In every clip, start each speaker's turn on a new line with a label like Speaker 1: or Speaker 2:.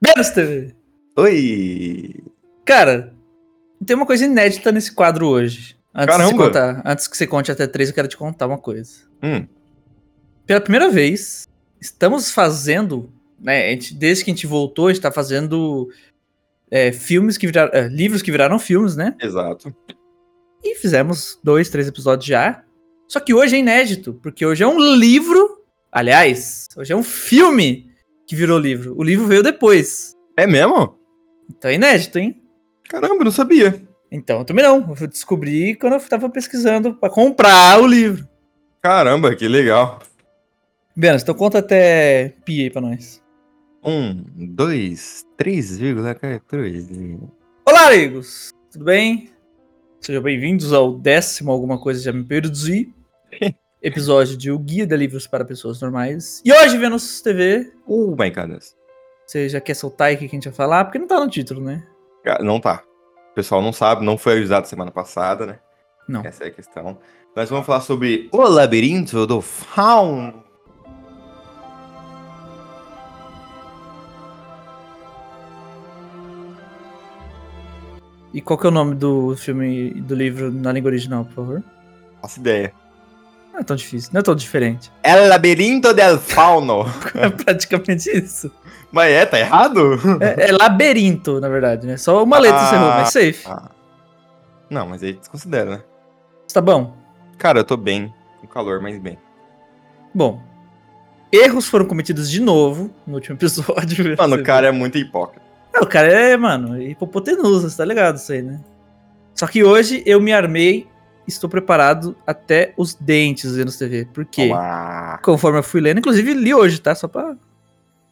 Speaker 1: Belos TV!
Speaker 2: Oi!
Speaker 1: Cara, tem uma coisa inédita nesse quadro hoje. Antes de
Speaker 2: Caramba.
Speaker 1: você contar, antes que você conte até três, eu quero te contar uma coisa.
Speaker 2: Hum.
Speaker 1: Pela primeira vez, estamos fazendo, né? a gente- desde que a gente voltou, a gente tá fazendo é, filmes que viraram. é, livros que viraram filmes, né?
Speaker 2: Exato.
Speaker 1: E fizemos dois, três episódios já. Só que hoje é inédito, porque hoje é um livro. Aliás, hoje é um filme que virou livro. O livro veio depois.
Speaker 2: É mesmo?
Speaker 1: Então é inédito, hein?
Speaker 2: Caramba, eu não sabia.
Speaker 1: Então, eu também não. Eu descobri quando eu tava pesquisando pra comprar o livro.
Speaker 2: Caramba, que legal.
Speaker 1: Benas, então conta até pi aí pra nós.
Speaker 2: Um, dois, três vírgula 3,14.
Speaker 1: Olá, amigos! Tudo bem? Sejam bem-vindos ao décimo alguma coisa já me perdi. Episódio de O Guia de Livros para Pessoas Normais. E hoje, Vênus TV,
Speaker 2: Oh my goodness.
Speaker 1: você já quer soltar aí o que a gente vai falar? Porque não tá no título, né?
Speaker 2: Ca- Não tá. O pessoal não sabe, não foi avisado semana passada, né?
Speaker 1: Não.
Speaker 2: Essa é a questão. Nós vamos falar sobre O Labirinto do Faun.
Speaker 1: E qual que é o nome do filme e do livro na língua original, por favor?
Speaker 2: Faço ideia.
Speaker 1: Não é tão difícil, não é tão diferente.
Speaker 2: El Labirinto del Fauno.
Speaker 1: É praticamente isso.
Speaker 2: Mas é, tá errado?
Speaker 1: É, é labirinto, na verdade, né? Só uma letra você errou, mas safe.
Speaker 2: Ah. Não, mas aí desconsidera, né?
Speaker 1: Tá bom.
Speaker 2: Cara, eu tô bem. Com calor, mas bem.
Speaker 1: Bom. Erros foram cometidos de novo no último episódio.
Speaker 2: Mano,
Speaker 1: Você
Speaker 2: o cara é muito hipócrita.
Speaker 1: viu? É, o cara é, mano, hipotenusa, você tá ligado isso aí, né? Só que hoje eu me armei, estou preparado até os dentes vendo TV. Porque,
Speaker 2: Olá.
Speaker 1: conforme eu fui lendo, inclusive li hoje, tá? Só pra,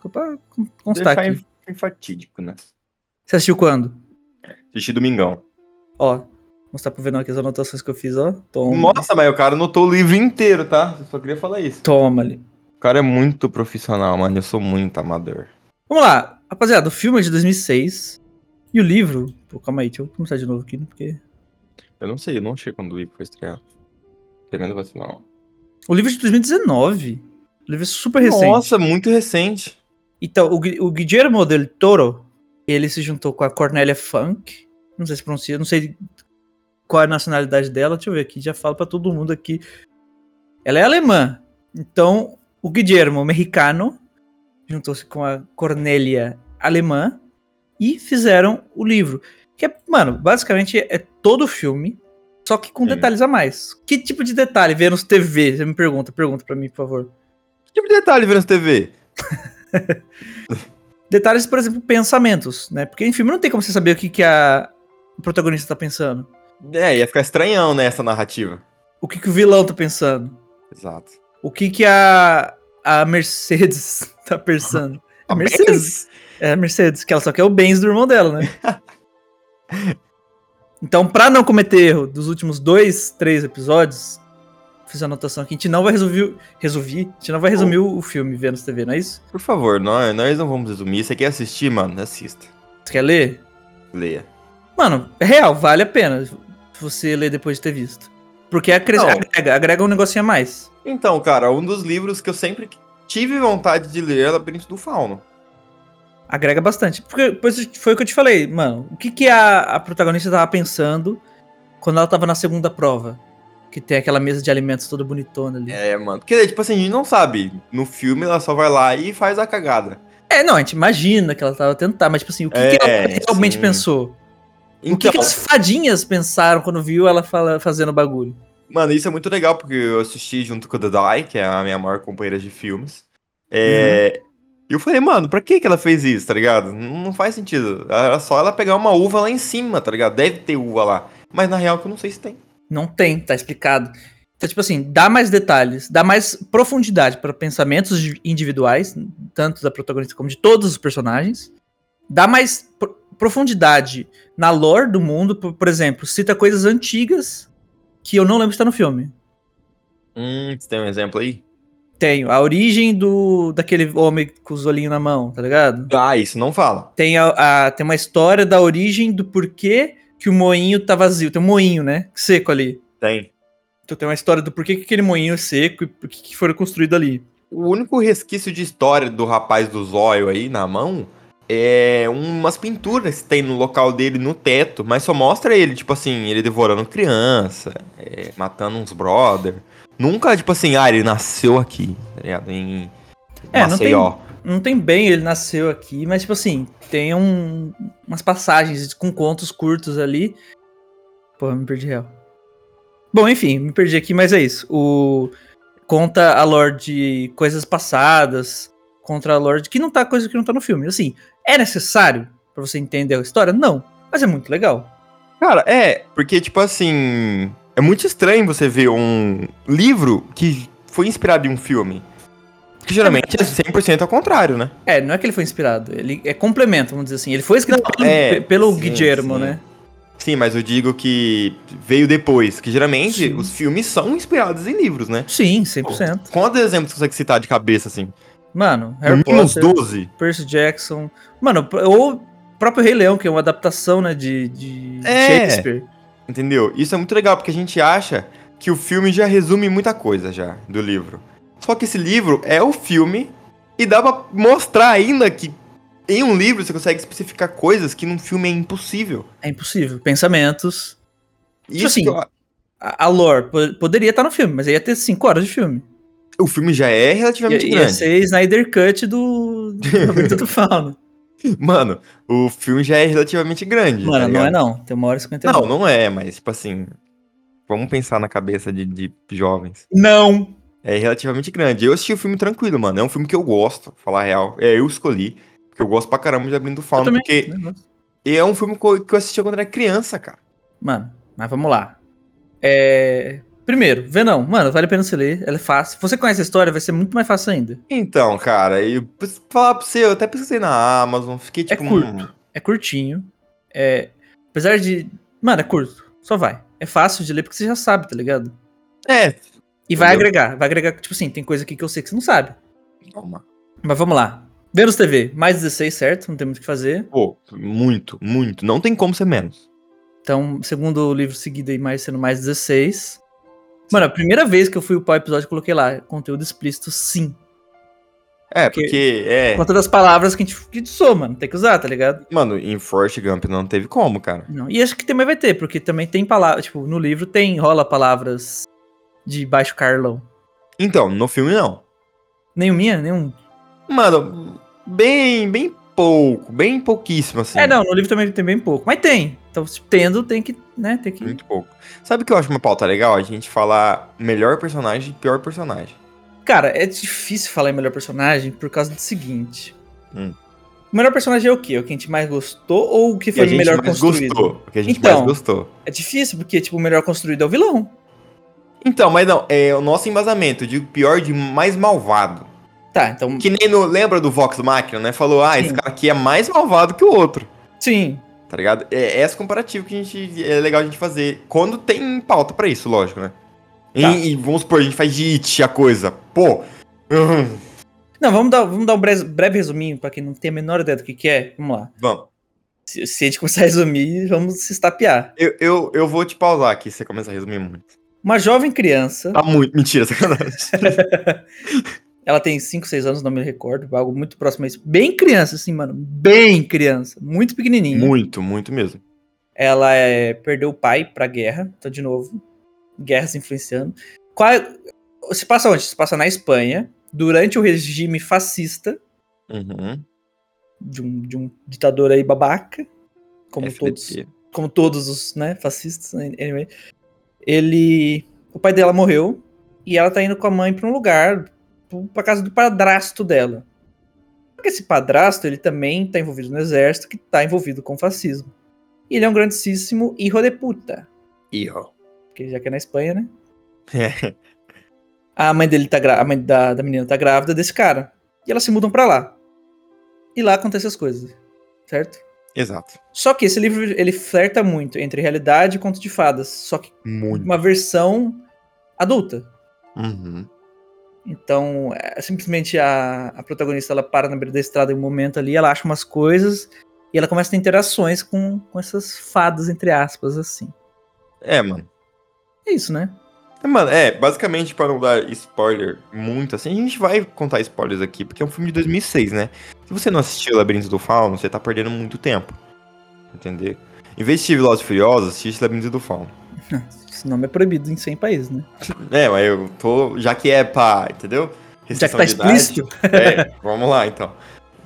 Speaker 1: só pra con- constar
Speaker 2: Deixar
Speaker 1: tá aqui.
Speaker 2: em- em fatídico, né?
Speaker 1: Você assistiu quando?
Speaker 2: Xixi Domingão.
Speaker 1: Ó, vou mostrar pro Venão aqui as anotações que eu fiz, ó. Toma.
Speaker 2: Nossa, mas o cara anotou o livro inteiro, tá? Eu só queria falar isso.
Speaker 1: Toma ali.
Speaker 2: O cara é muito profissional, mano. Eu sou muito amador.
Speaker 1: Vamos lá, rapaziada, o filme é de 2006 e o livro. Pô, calma aí, deixa eu começar de novo aqui, né? Porque.
Speaker 2: Eu não sei, eu não achei quando o livro foi estreado. Tremendo vacinal.
Speaker 1: O livro é de 2019. O livro é super recente.
Speaker 2: Nossa, muito recente.
Speaker 1: Então, o, Gui- o Guillermo del Toro, ele se juntou com a Cornélia Funk. Não sei se pronuncia, não sei qual é a nacionalidade dela. Deixa eu ver aqui, já falo pra todo mundo aqui. Ela é alemã. Então, o Guillermo, mexicano, juntou-se com a Cornélia alemã e fizeram o livro. Que é, mano, basicamente é todo o filme, só que com
Speaker 2: Sim.
Speaker 1: detalhes a mais. Que tipo de detalhe Vênus TV? Você me pergunta, pergunta pra mim, por favor.
Speaker 2: Que tipo de detalhe vendo TV?
Speaker 1: Detalhes, por exemplo, pensamentos, né? Porque em filme não tem como você saber o que, que a o protagonista tá pensando.
Speaker 2: É, ia ficar estranhão, né, essa narrativa.
Speaker 1: O que, que o vilão tá pensando.
Speaker 2: Exato.
Speaker 1: O que, que a, a Mercedes tá pensando. A Mercedes. É a Mercedes, que ela só quer o bens do irmão dela, né? então, pra não cometer erro dos últimos dois, três episódios, fiz a anotação aqui. A gente não vai resolver. o- Resolvi. A gente não vai resumir o o filme Vênus TV, não é isso?
Speaker 2: Por favor, nós, nós não vamos resumir. Você quer assistir, mano? Assista.
Speaker 1: Você quer ler?
Speaker 2: Leia.
Speaker 1: Mano, é real, vale a pena você ler depois de ter visto. Porque acre-
Speaker 2: Não.
Speaker 1: agrega, agrega um negocinho a mais.
Speaker 2: Então, cara, um dos livros que eu sempre tive vontade de ler é Labirinto do Fauno.
Speaker 1: Agrega bastante. Porque pois, foi o que eu te falei, mano. O que, que a, a protagonista tava pensando quando ela tava na segunda prova? Que tem aquela mesa de alimentos toda bonitona ali. É,
Speaker 2: É, mano. Porque, tipo assim, a gente não sabe. No filme ela só vai lá e faz a cagada.
Speaker 1: É, não, a gente imagina que ela tava tentando, mas tipo assim, o que, que
Speaker 2: É,
Speaker 1: ela realmente
Speaker 2: sim.
Speaker 1: pensou?
Speaker 2: Então,
Speaker 1: o que, que as fadinhas pensaram quando viu ela fala- fazendo o bagulho?
Speaker 2: mano, isso é muito legal porque eu assisti junto com a Dai, que é a minha maior companheira de filmes. É. E eu falei, mano, pra que que ela fez isso, tá ligado? Não não faz sentido. Era só ela pegar uma uva lá em cima, tá ligado? Deve ter uva lá. Mas na real que eu não sei se tem.
Speaker 1: Não tem, tá explicado. Então, tipo assim, dá mais detalhes, dá mais profundidade para pensamentos de- individuais, tanto da protagonista como de todos os personagens. Dá mais pro- profundidade na lore do mundo, por, por exemplo, cita coisas antigas que eu não lembro se tá no filme.
Speaker 2: Hum, você tem um exemplo aí?
Speaker 1: Tenho a origem do daquele homem com os olhinhos na mão, tá ligado?
Speaker 2: Ah, isso não fala.
Speaker 1: Tem, a, a- tem uma história da origem do porquê que o moinho tá vazio. Tem um moinho, né? Seco ali.
Speaker 2: Tem.
Speaker 1: Então tem uma história do porquê que aquele moinho é seco e por que que foram construídos ali.
Speaker 2: O único resquício de história do rapaz do zóio aí na mão é, umas pinturas que tem no local dele, no teto, mas só mostra ele, tipo assim, ele devorando criança, é, matando uns brother. Nunca, tipo assim, ah, ele nasceu aqui, tá ligado? Em
Speaker 1: É, não tem-
Speaker 2: Maceió.
Speaker 1: Não tem bem, ele nasceu aqui, mas, tipo assim, tem um, umas passagens com contos curtos ali. Pô, me perdi real. Bom, enfim, me perdi aqui, mas é isso. O conta a lore de coisas passadas, contra a lore de que não tá coisa que não tá no filme. Assim, é necessário pra você entender a história? Não, mas é muito legal.
Speaker 2: Cara, é, porque, tipo assim, é muito estranho você ver um livro que foi inspirado em um filme. Que geralmente é 100% ao contrário, né?
Speaker 1: É, não é que ele foi inspirado, ele é complemento, vamos dizer assim. Ele foi escrito pelo,
Speaker 2: é,
Speaker 1: pelo
Speaker 2: sim,
Speaker 1: Guillermo,
Speaker 2: sim.
Speaker 1: né?
Speaker 2: Sim, mas eu digo que veio depois, que geralmente
Speaker 1: Sim.
Speaker 2: os filmes são inspirados em livros, né?
Speaker 1: Sim, 100%.
Speaker 2: Quantos exemplos você consegue citar de cabeça, assim?
Speaker 1: Mano,
Speaker 2: No
Speaker 1: Harry
Speaker 2: mínimo uns
Speaker 1: Potter...
Speaker 2: 12?
Speaker 1: Percy Jackson. Mano, ou o próprio Rei Leão, que é uma adaptação, né, de, de
Speaker 2: É.
Speaker 1: Shakespeare.
Speaker 2: Entendeu? Isso é muito legal, porque a gente acha que o filme já resume muita coisa já do livro. Só que esse livro é o filme e dá pra mostrar ainda que em um livro você consegue especificar coisas que num filme é impossível.
Speaker 1: É impossível. Pensamentos.
Speaker 2: Isso
Speaker 1: assim,
Speaker 2: que eu-
Speaker 1: A, a lore po- poderia estar no filme, mas ia ter 5 horas de filme.
Speaker 2: o filme já é
Speaker 1: Ia,
Speaker 2: relativamente
Speaker 1: ia
Speaker 2: grande.
Speaker 1: ser Snyder Cut do, do Aventura do Fauna.
Speaker 2: Tá Mano, o filme já é relativamente grande. tá
Speaker 1: Mano, não é
Speaker 2: ligado?
Speaker 1: não. Tem uma hora e 50
Speaker 2: Não, não é, mas tipo assim, vamos pensar na cabeça de- de jovens.
Speaker 1: Não.
Speaker 2: É relativamente grande. Eu assisti o filme tranquilo, mano. É um filme que eu gosto, falar a real. É, eu escolhi. Porque eu gosto pra caramba de Abrindo
Speaker 1: Eu
Speaker 2: Fauna.
Speaker 1: também. né,
Speaker 2: Porque
Speaker 1: Negócio.
Speaker 2: é um filme co- que eu assisti quando era criança, cara.
Speaker 1: Mano, mas vamos lá. É... Primeiro, Venom. Mano, vale a pena você ler. Ela é fácil. Se você conhece a história, vai ser muito mais fácil ainda.
Speaker 2: Então, cara, eu pra falar pra você, eu até pesquisei na Amazon. Fiquei tipo.
Speaker 1: curto.
Speaker 2: hum,
Speaker 1: É curtinho. É. Apesar de. Mano, é curto. Só vai. É fácil de ler porque você já sabe, tá ligado?
Speaker 2: é,
Speaker 1: E vai
Speaker 2: Entendeu?
Speaker 1: agregar. Vai agregar. Tipo assim, tem coisa aqui que eu sei que você não sabe.
Speaker 2: calma.
Speaker 1: Mas vamos lá. Vênus TV, mais 16, certo? Não tem muito o que fazer.
Speaker 2: Pô, muito, muito. Não tem como ser menos.
Speaker 1: Então, segundo livro seguido aí, mais sendo mais 16. Mano, a primeira vez que eu fui upar o episódio, eu coloquei lá, conteúdo explícito, sim.
Speaker 2: É,
Speaker 1: Porque-
Speaker 2: porque. é.
Speaker 1: Por conta das palavras que a gente que sou, mano. Tem que usar, tá ligado?
Speaker 2: Mano, em Forrest Gump não teve como, cara.
Speaker 1: Não. E acho que também vai ter, porque também tem palavras. Tipo, no livro tem, rola palavras de baixo carlão.
Speaker 2: Então, no filme não.
Speaker 1: Nenhuminha? Nenhum.
Speaker 2: Mano, bem, bem pouco. Bem pouquíssimo, assim.
Speaker 1: É, não, no livro também tem bem pouco. Mas tem. Então, se tendo, tem que, né, tem que...
Speaker 2: Muito pouco. Sabe o que eu acho uma pauta legal? A gente falar melhor personagem e pior personagem.
Speaker 1: Cara, é difícil falar em melhor personagem por causa do seguinte.
Speaker 2: Hum.
Speaker 1: O melhor personagem é o quê? O que a gente mais gostou ou o que foi
Speaker 2: a gente
Speaker 1: melhor
Speaker 2: mais
Speaker 1: construído?
Speaker 2: gostou. O que a gente
Speaker 1: Então.
Speaker 2: mais gostou.
Speaker 1: É difícil, porque, tipo, o melhor construído é o vilão.
Speaker 2: Então, mas não, é o nosso embasamento de pior de mais malvado.
Speaker 1: Tá, então...
Speaker 2: Que nem no, lembra do Vox Machina, né? Falou, ah, esse
Speaker 1: Sim.
Speaker 2: cara aqui é mais malvado que o outro.
Speaker 1: Sim.
Speaker 2: Tá ligado? É, é esse comparativo que a gente, é legal a gente fazer. Quando tem pauta pra isso, lógico, né? E-
Speaker 1: Tá.
Speaker 2: E, vamos supor, a gente faz de it a coisa. Pô. Uhum.
Speaker 1: Não, vamos dar, vamos dar um breve, breve resuminho pra quem não tem a menor ideia do que que é. Vamos lá.
Speaker 2: Vamos.
Speaker 1: Se, se a gente começar a resumir, vamos se estapear.
Speaker 2: Eu, eu, eu vou te pausar aqui, você começa a resumir muito.
Speaker 1: Uma jovem criança...
Speaker 2: Tá muito. Mentira, sacanagem.
Speaker 1: Ela tem 5, 6 anos, não me recordo, algo muito próximo a isso. Bem criança, assim, mano. Bem criança. Muito pequenininha.
Speaker 2: Muito, muito mesmo.
Speaker 1: Ela é, perdeu o pai pra guerra. Então, de novo, guerras influenciando. Qual, é, se passa onde? Se passa na Espanha, durante o regime fascista
Speaker 2: Uhum.
Speaker 1: de um, de um ditador aí babaca. Como todos
Speaker 2: FDP.
Speaker 1: como todos os né, fascistas, né, anyway, ele. O pai dela morreu e ela tá indo com a mãe pra um lugar, pro- pra casa do padrasto dela. Porque esse padrasto, ele também tá envolvido no exército, que tá envolvido com o fascismo. E ele é um grandíssimo hijo de puta,
Speaker 2: E ó.
Speaker 1: porque já que é na Espanha, né?
Speaker 2: É.
Speaker 1: A mãe dele tá grá- a mãe da, da menina tá grávida desse cara. E elas se mudam pra lá. E lá acontecem as coisas, certo?
Speaker 2: Exato.
Speaker 1: Só que esse livro ele flerta muito entre realidade e conto de fadas, só que
Speaker 2: Muito.
Speaker 1: uma versão adulta.
Speaker 2: Uhum.
Speaker 1: Então, é, simplesmente a, a protagonista ela para na beira da estrada em um momento ali, ela acha umas coisas e ela começa a ter interações com, com essas fadas, entre aspas, assim.
Speaker 2: É, mano.
Speaker 1: É isso, né?
Speaker 2: Mano, é, basicamente, pra não dar spoiler muito, assim, a gente vai contar spoilers aqui, porque é um filme de 2006, né? Se você não assistiu Labirinto do Fauno, você tá perdendo muito tempo. Entendeu? Em vez de assistir Velozes e Furiosos, assiste Labirinto do Fauno.
Speaker 1: Esse nome é proibido em 100 países, né?
Speaker 2: É, mas eu tô... Já que é pá, entendeu?
Speaker 1: Já que
Speaker 2: Restrição
Speaker 1: tá
Speaker 2: de idade.
Speaker 1: explícito.
Speaker 2: É, vamos lá então.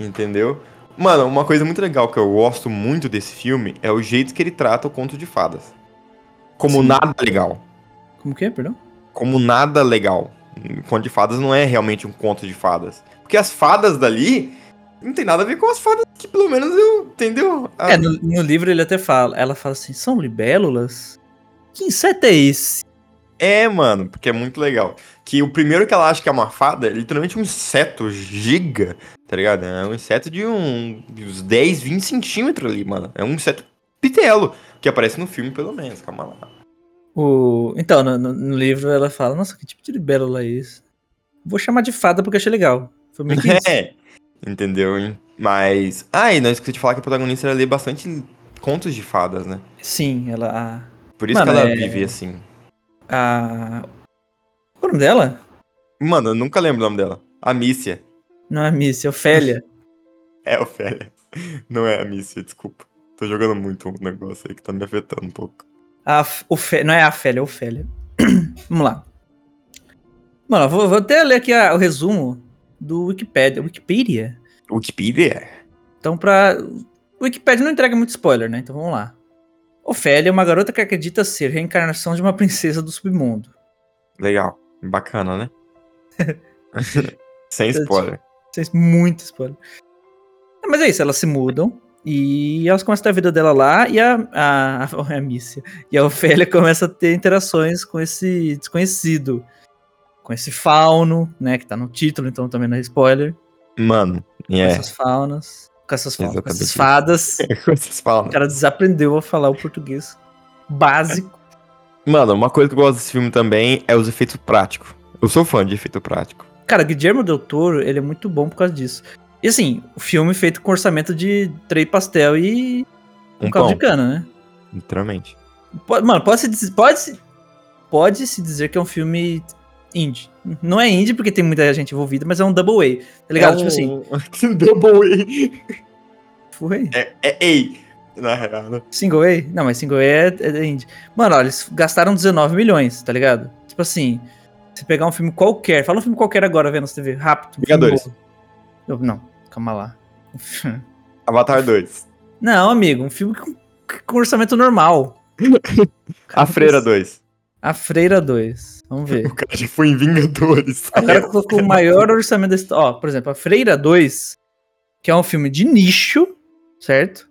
Speaker 2: Entendeu? Mano, uma coisa muito legal que eu gosto muito desse filme é o jeito que ele trata o conto de fadas. Como
Speaker 1: Sim.
Speaker 2: nada legal.
Speaker 1: Como que é, perdão?
Speaker 2: Como nada legal. Um conto de fadas não é realmente um conto de fadas. Porque as fadas dali não tem nada a ver com as fadas que pelo menos eu. Entendeu? A-
Speaker 1: É, no, no livro ele até fala, ela fala assim, são libélulas? Que inseto é esse?
Speaker 2: É, mano, porque é muito legal. Que o primeiro que ela acha que é uma fada é literalmente um inseto giga, tá ligado? É um inseto de um, de uns 10, 20 centímetros ali, mano. É um inseto pitelo, que aparece no filme pelo menos, calma lá.
Speaker 1: O... Então, no, no- no livro ela fala, nossa, que tipo de libélula é esse? Vou chamar de fada porque achei legal. Foi meio que isso.
Speaker 2: É, entendeu, hein? Mas... Ah, e não esqueci de falar que a protagonista ela lê bastante contos de fadas, né?
Speaker 1: Sim, ela...
Speaker 2: Por isso
Speaker 1: Mano,
Speaker 2: que ela
Speaker 1: é-
Speaker 2: vive assim.
Speaker 1: A... a... Qual é o nome dela?
Speaker 2: Mano, eu nunca lembro o nome dela. A Mícia.
Speaker 1: Não é Miss, é Ofélia.
Speaker 2: É, Ofélia. Não é a Mícia, desculpa. Tô jogando muito um negócio aí que tá me afetando um pouco.
Speaker 1: A F- Ofé- Não é a Ofélia, é Ofélia. Vamos lá. Mano, eu vou, vou até ler aqui a- o resumo do Wikipedia. Wikipedia?
Speaker 2: Wikipedia?
Speaker 1: Então, pra. O Wikipedia não entrega muito spoiler, né? Então vamos lá. Ofélia é uma garota que acredita ser a reencarnação de uma princesa do submundo.
Speaker 2: Legal. Bacana, né? Sem
Speaker 1: Eu te-
Speaker 2: spoiler.
Speaker 1: Isso é muito spoiler. Ah, mas é isso, elas se mudam. E elas começam a ter a vida dela lá e a, a, a, Mícia. E a Ofélia começa a ter interações com esse desconhecido. Com esse fauno, né? Que tá no título, então também não é spoiler.
Speaker 2: Mano,
Speaker 1: com
Speaker 2: é.
Speaker 1: essas faunas, com essas, faunas, com
Speaker 2: Exatamente
Speaker 1: essas
Speaker 2: isso.
Speaker 1: fadas.
Speaker 2: Vocês falam.
Speaker 1: O cara desaprendeu a falar o português básico.
Speaker 2: Mano, uma coisa que eu gosto desse filme também é os efeitos práticos. Eu sou fã de efeito prático.
Speaker 1: Cara, Guillermo del Toro, ele é muito bom por causa disso. E assim, o filme feito com orçamento de três pastel e um,
Speaker 2: Um
Speaker 1: caldo
Speaker 2: pão,
Speaker 1: de cana, né?
Speaker 2: literalmente.
Speaker 1: Po- mano, pode se, diz- pode, se- pode se dizer que é um filme indie. Não é indie porque tem muita gente envolvida, mas é um double A. Tá ligado?
Speaker 2: É
Speaker 1: Tipo assim,
Speaker 2: assim. Double
Speaker 1: foi
Speaker 2: A. É, é ei. Na real, né?
Speaker 1: Single A? Não, mas single A é, é indie. Mano, olha, eles gastaram 19 milhões, tá ligado? Tipo assim, se pegar um filme qualquer, fala um filme qualquer agora, vendo na TV, rápido. um filme
Speaker 2: Vingadores.
Speaker 1: bom. Eu- não, calma lá.
Speaker 2: Avatar 2.
Speaker 1: Não, amigo, um filme com, com orçamento normal.
Speaker 2: A Freira 2.
Speaker 1: A Freira 2. Vamos ver.
Speaker 2: O cara já foi em Vingadores.
Speaker 1: O cara colocou o maior orçamento da história. Ó, por exemplo, A Freira 2, que é um filme de nicho, certo?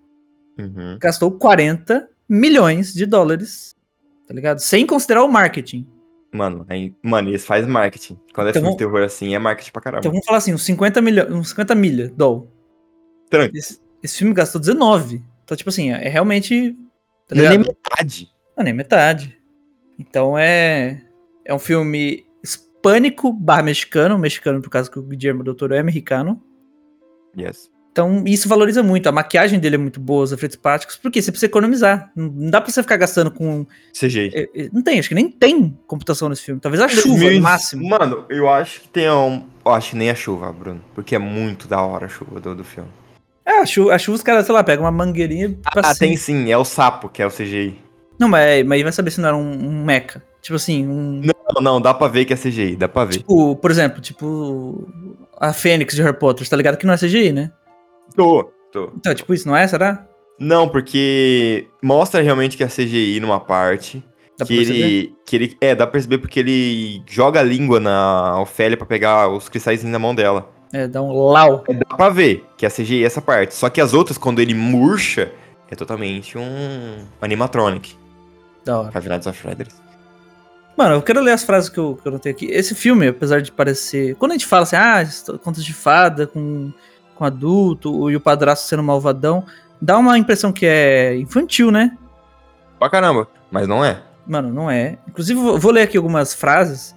Speaker 2: Uhum.
Speaker 1: gastou 40 milhões de dólares, tá ligado? Sem considerar o marketing.
Speaker 2: Mano, aí, mano, eles fazem marketing. Quando é
Speaker 1: Então
Speaker 2: filme de
Speaker 1: vamos-
Speaker 2: terror assim, é marketing pra caramba.
Speaker 1: Então vamos falar assim, uns 50 milhões, uns 50 milha, doll.
Speaker 2: Tranquilo.
Speaker 1: Esse, esse filme gastou 19. Então, tipo assim, é realmente. Tá
Speaker 2: Não é
Speaker 1: ligado?
Speaker 2: nem
Speaker 1: Não,
Speaker 2: metade.
Speaker 1: é nem metade. Então é. É um filme hispânico barra mexicano, mexicano por causa que o Guillermo del Toro é mexicano.
Speaker 2: Yes.
Speaker 1: Então isso valoriza muito. A maquiagem dele é muito boa, os efeitos práticos. Por quê? Você precisa economizar. Não- Não dá pra você ficar gastando com.
Speaker 2: CGI.
Speaker 1: é, é, Não tem, acho que nem tem computação nesse filme. Talvez a chuva, no
Speaker 2: 2000
Speaker 1: máximo.
Speaker 2: Mano, eu acho que tem um. Eu acho que nem a chuva, Bruno. Porque é muito da hora a chuva do, do filme.
Speaker 1: É, a chuva, a chuva os caras, sei lá, pegam uma mangueirinha pra
Speaker 2: Ah,
Speaker 1: cima.
Speaker 2: tem sim, é o sapo, que é o CGI.
Speaker 1: Não, mas, mas vai saber se não era um, um mecha. Tipo assim, um.
Speaker 2: Não, não, dá pra ver que é CGI, dá pra ver.
Speaker 1: Tipo, por exemplo, tipo. A Fênix de Harry Potter, tá ligado que não é CGI, né?
Speaker 2: Tô, tô.
Speaker 1: Então, tipo, isso não é, será?
Speaker 2: Não, porque mostra realmente que é CGI numa parte.
Speaker 1: Dá pra
Speaker 2: que
Speaker 1: perceber?
Speaker 2: ele, que ele. É, dá pra perceber porque ele joga a língua na Ofélia pra pegar os cristais na mão dela.
Speaker 1: É, dá um lau.
Speaker 2: Dá pra ver que é CGI essa parte. Só que as outras, quando ele murcha, é totalmente um animatronic.
Speaker 1: Da hora.
Speaker 2: Ravinades of Shredders.
Speaker 1: Mano, eu quero ler as frases que eu, que eu notei aqui. Esse filme, apesar de parecer. Quando a gente fala assim, ah, histó- contos de fada com, com adulto e o padrasto sendo malvadão, dá uma impressão que é infantil, né?
Speaker 2: Pra caramba, mas não é.
Speaker 1: Mano, não é. Inclusive, eu vou vou ler aqui algumas frases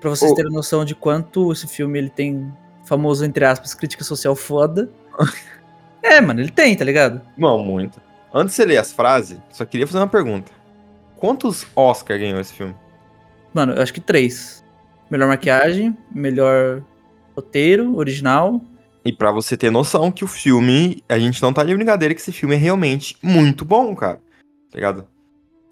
Speaker 1: pra vocês
Speaker 2: Ô.
Speaker 1: terem noção de quanto esse filme ele tem famoso, entre aspas, crítica social foda. é, mano, ele tem, tá ligado?
Speaker 2: Não, muito. Antes de você ler as frases, só queria fazer uma pergunta. Quantos Oscar ganhou esse filme?
Speaker 1: Mano, eu acho que três. Melhor maquiagem, melhor roteiro, original.
Speaker 2: E pra você ter noção que o filme, a gente não tá de brincadeira que esse filme é realmente muito bom, cara. Tá ligado?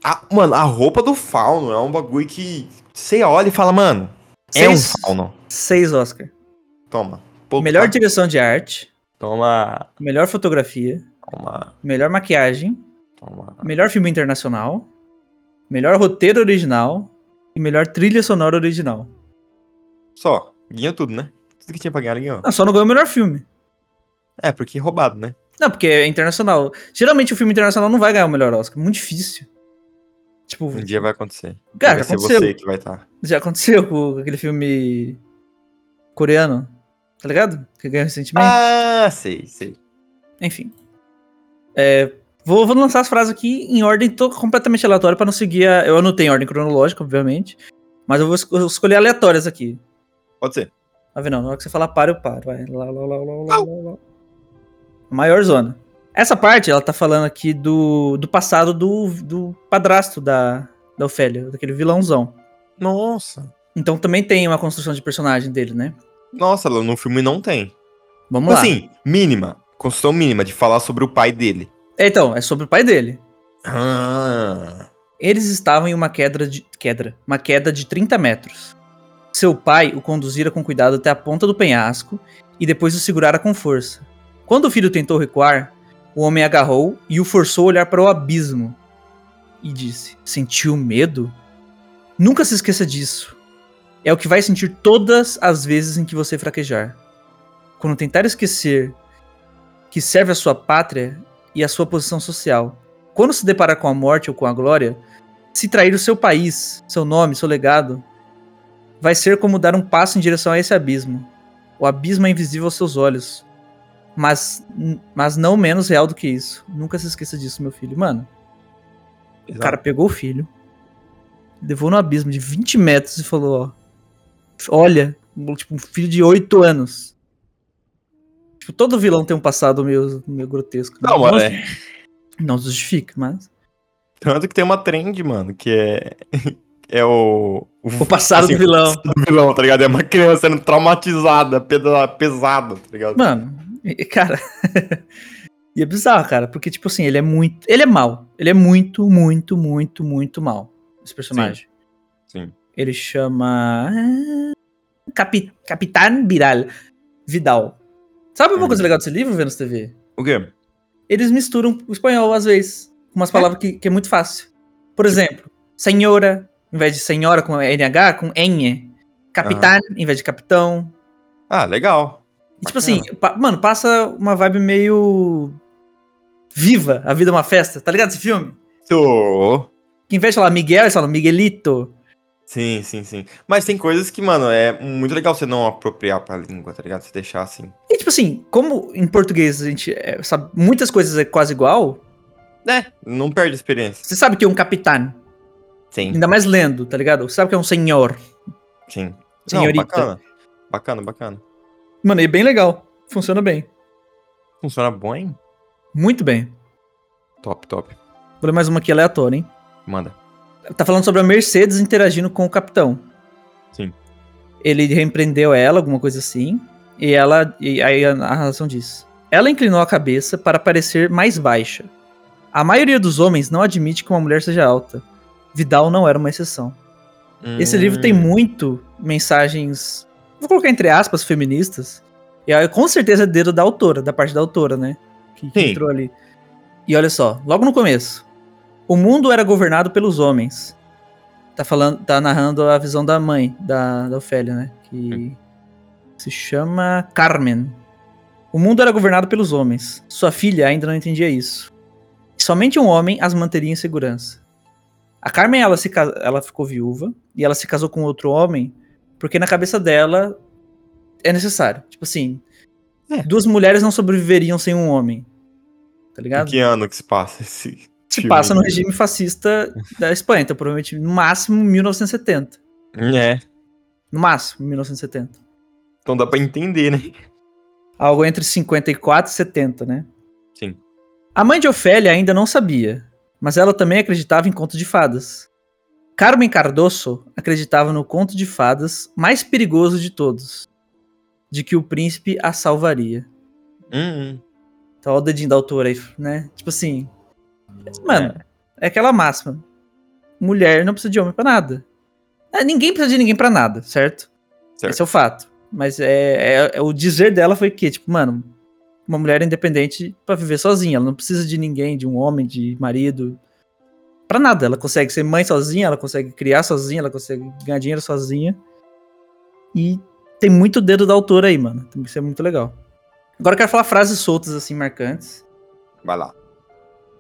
Speaker 2: A- mano, a roupa do fauno é um bagulho que você olha e fala, mano, é um
Speaker 1: Seis-
Speaker 2: fauno.
Speaker 1: Seis Oscar.
Speaker 2: Toma. Pô,
Speaker 1: Melhor
Speaker 2: tá-
Speaker 1: direção de arte,
Speaker 2: Toma,
Speaker 1: melhor fotografia,
Speaker 2: toma,
Speaker 1: melhor maquiagem,
Speaker 2: toma.
Speaker 1: melhor filme internacional, melhor roteiro original e melhor trilha sonora original.
Speaker 2: Só, ganhou tudo, né? Tudo que tinha pra ganhar, ganhou.
Speaker 1: Não, só não ganhou o melhor filme.
Speaker 2: É, porque roubado, né?
Speaker 1: Não, porque é internacional. Geralmente o filme internacional não vai ganhar o melhor Oscar. Muito difícil. Tipo,
Speaker 2: Um dia vai acontecer.
Speaker 1: cara,
Speaker 2: vai
Speaker 1: já
Speaker 2: ser
Speaker 1: aconteceu.
Speaker 2: você que vai tá. estar.
Speaker 1: Já aconteceu com aquele filme coreano. Tá ligado? Que ganhou recentemente.
Speaker 2: Ah, sei, sei.
Speaker 1: Enfim. É, vou, vou lançar as frases aqui em ordem to- completamente aleatória pra não seguir a. Eu anotei em ordem cronológica, obviamente. Mas eu vou esco- eu escolher aleatórias aqui.
Speaker 2: Pode ser.
Speaker 1: Tá vendo? Na hora que você falar para, eu paro. Vai. Lá, lá, lá, lá, lá, lá, lá. Maior zona. Essa parte, ela tá falando aqui do, do passado do, do padrasto da, da Ofélia, daquele vilãozão.
Speaker 2: Nossa.
Speaker 1: Então também tem uma construção de personagem dele, né?
Speaker 2: Nossa, no filme não tem.
Speaker 1: Vamos lá.
Speaker 2: Assim, mínima. Construção mínima de falar sobre o pai dele.
Speaker 1: É, Então, é sobre o pai dele.
Speaker 2: Ah.
Speaker 1: Eles estavam em uma queda de queda, uma queda de 30 metros. Seu pai o conduzira com cuidado até a ponta do penhasco e depois o segurara com força. Quando o filho tentou recuar, o homem agarrou e o forçou a olhar para o abismo e disse: "Sentiu medo? Nunca se esqueça disso. É o que vai sentir todas as vezes em que você fraquejar. Quando tentar esquecer que serve a sua pátria e a sua posição social, quando se deparar com a morte ou com a glória, se trair o seu país, seu nome, seu legado, vai ser como dar um passo em direção a esse abismo. O abismo é invisível aos seus olhos. Mas, mas não menos real do que isso. Nunca se esqueça disso, meu filho. Mano, o cara pegou o filho, levou no abismo de 20 metros e falou: Ó, olha, um- tipo, um filho de 8 anos. Tipo, todo vilão tem um passado meio, meio grotesco. né?
Speaker 2: Não, mano, é.
Speaker 1: não justifica, mas.
Speaker 2: Tanto que tem uma trend, mano, que é. É o.
Speaker 1: O passado
Speaker 2: assim,
Speaker 1: do vilão.
Speaker 2: o vilão, tá ligado? É uma criança sendo traumatizada, peda- pesada, tá ligado?
Speaker 1: Mano, e- e, cara. e é bizarro, cara, porque, tipo assim, ele é muito. Ele é mal. Ele é muito, muito, muito, muito mal. Esse personagem.
Speaker 2: Sim.
Speaker 1: Ele chama. ah, Capi, Capitán Viral. Vidal. Sabe uma
Speaker 2: Hum.
Speaker 1: coisa legal desse livro, Vênus TV?
Speaker 2: O quê?
Speaker 1: Eles misturam o espanhol, às vezes, com umas palavras que, que é muito fácil. Por exemplo, senhora, em vez de senhora com NH, com N. Capitán, em vez de capitão.
Speaker 2: Ah, legal.
Speaker 1: E, Tipo assim, pa- mano, passa uma vibe meio. Viva, a vida é uma festa, tá ligado esse filme?
Speaker 2: Tô.
Speaker 1: Que em vez de falar Miguel, eles falam Miguelito.
Speaker 2: Sim, sim, sim. Mas tem coisas que, mano, é muito legal você não apropriar pra língua, tá ligado? Você deixar assim.
Speaker 1: E tipo assim, como em português a gente é, sabe muitas coisas é quase igual,
Speaker 2: Né? Não perde a experiência.
Speaker 1: você sabe que é um capitão,
Speaker 2: Sim,
Speaker 1: ainda mais lendo, tá ligado? Você sabe que é um senhor.
Speaker 2: sim.
Speaker 1: Senhorita.
Speaker 2: Não, bacana. Bacana, bacana.
Speaker 1: Mano, e é bem legal. Funciona bem.
Speaker 2: Funciona bom, hein?
Speaker 1: Muito bem.
Speaker 2: Top, top.
Speaker 1: Vou ler mais uma aqui aleatória, hein?
Speaker 2: Manda.
Speaker 1: Tá falando sobre a Mercedes interagindo com o capitão.
Speaker 2: Sim.
Speaker 1: Ele reempreendeu ela, alguma coisa assim. E ela. E aí a a narração diz. Ela inclinou a cabeça para parecer mais baixa. A maioria dos homens não admite que uma mulher seja alta. Vidal não era uma exceção. Esse livro tem
Speaker 2: muito.
Speaker 1: muito mensagens. Vou colocar entre aspas, feministas. E aí, com certeza é dedo da autora, da parte da autora, né? Que, que
Speaker 2: Sim.
Speaker 1: entrou ali. E olha só, logo no começo. O mundo era governado pelos homens. Tá falando, tá narrando a visão da mãe, da, da Ofélia, né? Que se chama Carmen. O mundo era governado pelos homens. Sua filha ainda não entendia isso. Somente um homem as manteria em segurança. A Carmen, ela, se, ca- ela ficou viúva e ela se casou com outro homem porque na cabeça dela é necessário. Tipo assim,
Speaker 2: É.
Speaker 1: duas mulheres não sobreviveriam sem um homem. Tá ligado?
Speaker 2: Que ano que se passa esse.
Speaker 1: Se
Speaker 2: filme né?
Speaker 1: passa no
Speaker 2: aí?
Speaker 1: regime fascista da Espanha, então provavelmente no máximo 1970.
Speaker 2: É.
Speaker 1: No máximo 1970.
Speaker 2: Então dá pra entender, né?
Speaker 1: Algo entre 54 e 70, né?
Speaker 2: Sim.
Speaker 1: A mãe de Ofélia ainda não sabia, mas ela também acreditava em conto de fadas. Carmen Cardoso acreditava no conto de fadas mais perigoso de todos, de que o príncipe a salvaria.
Speaker 2: Hum,
Speaker 1: Então, olha o dedinho da autora aí, né? Tipo assim. Mano, é, aquela máxima. Mulher não precisa de homem pra nada. É, ninguém precisa de ninguém pra nada, certo?
Speaker 2: Certo.
Speaker 1: Esse é o fato. Mas é, é- é o dizer dela foi que, tipo, mano, uma mulher é independente pra viver sozinha. Ela não precisa de ninguém, de um homem, de marido. Pra nada. Ela consegue ser mãe sozinha, ela consegue criar sozinha, ela consegue ganhar dinheiro sozinha. E tem muito dedo da autora aí, mano. Isso é muito legal. Agora eu quero falar frases soltas, assim, marcantes.
Speaker 2: vai lá.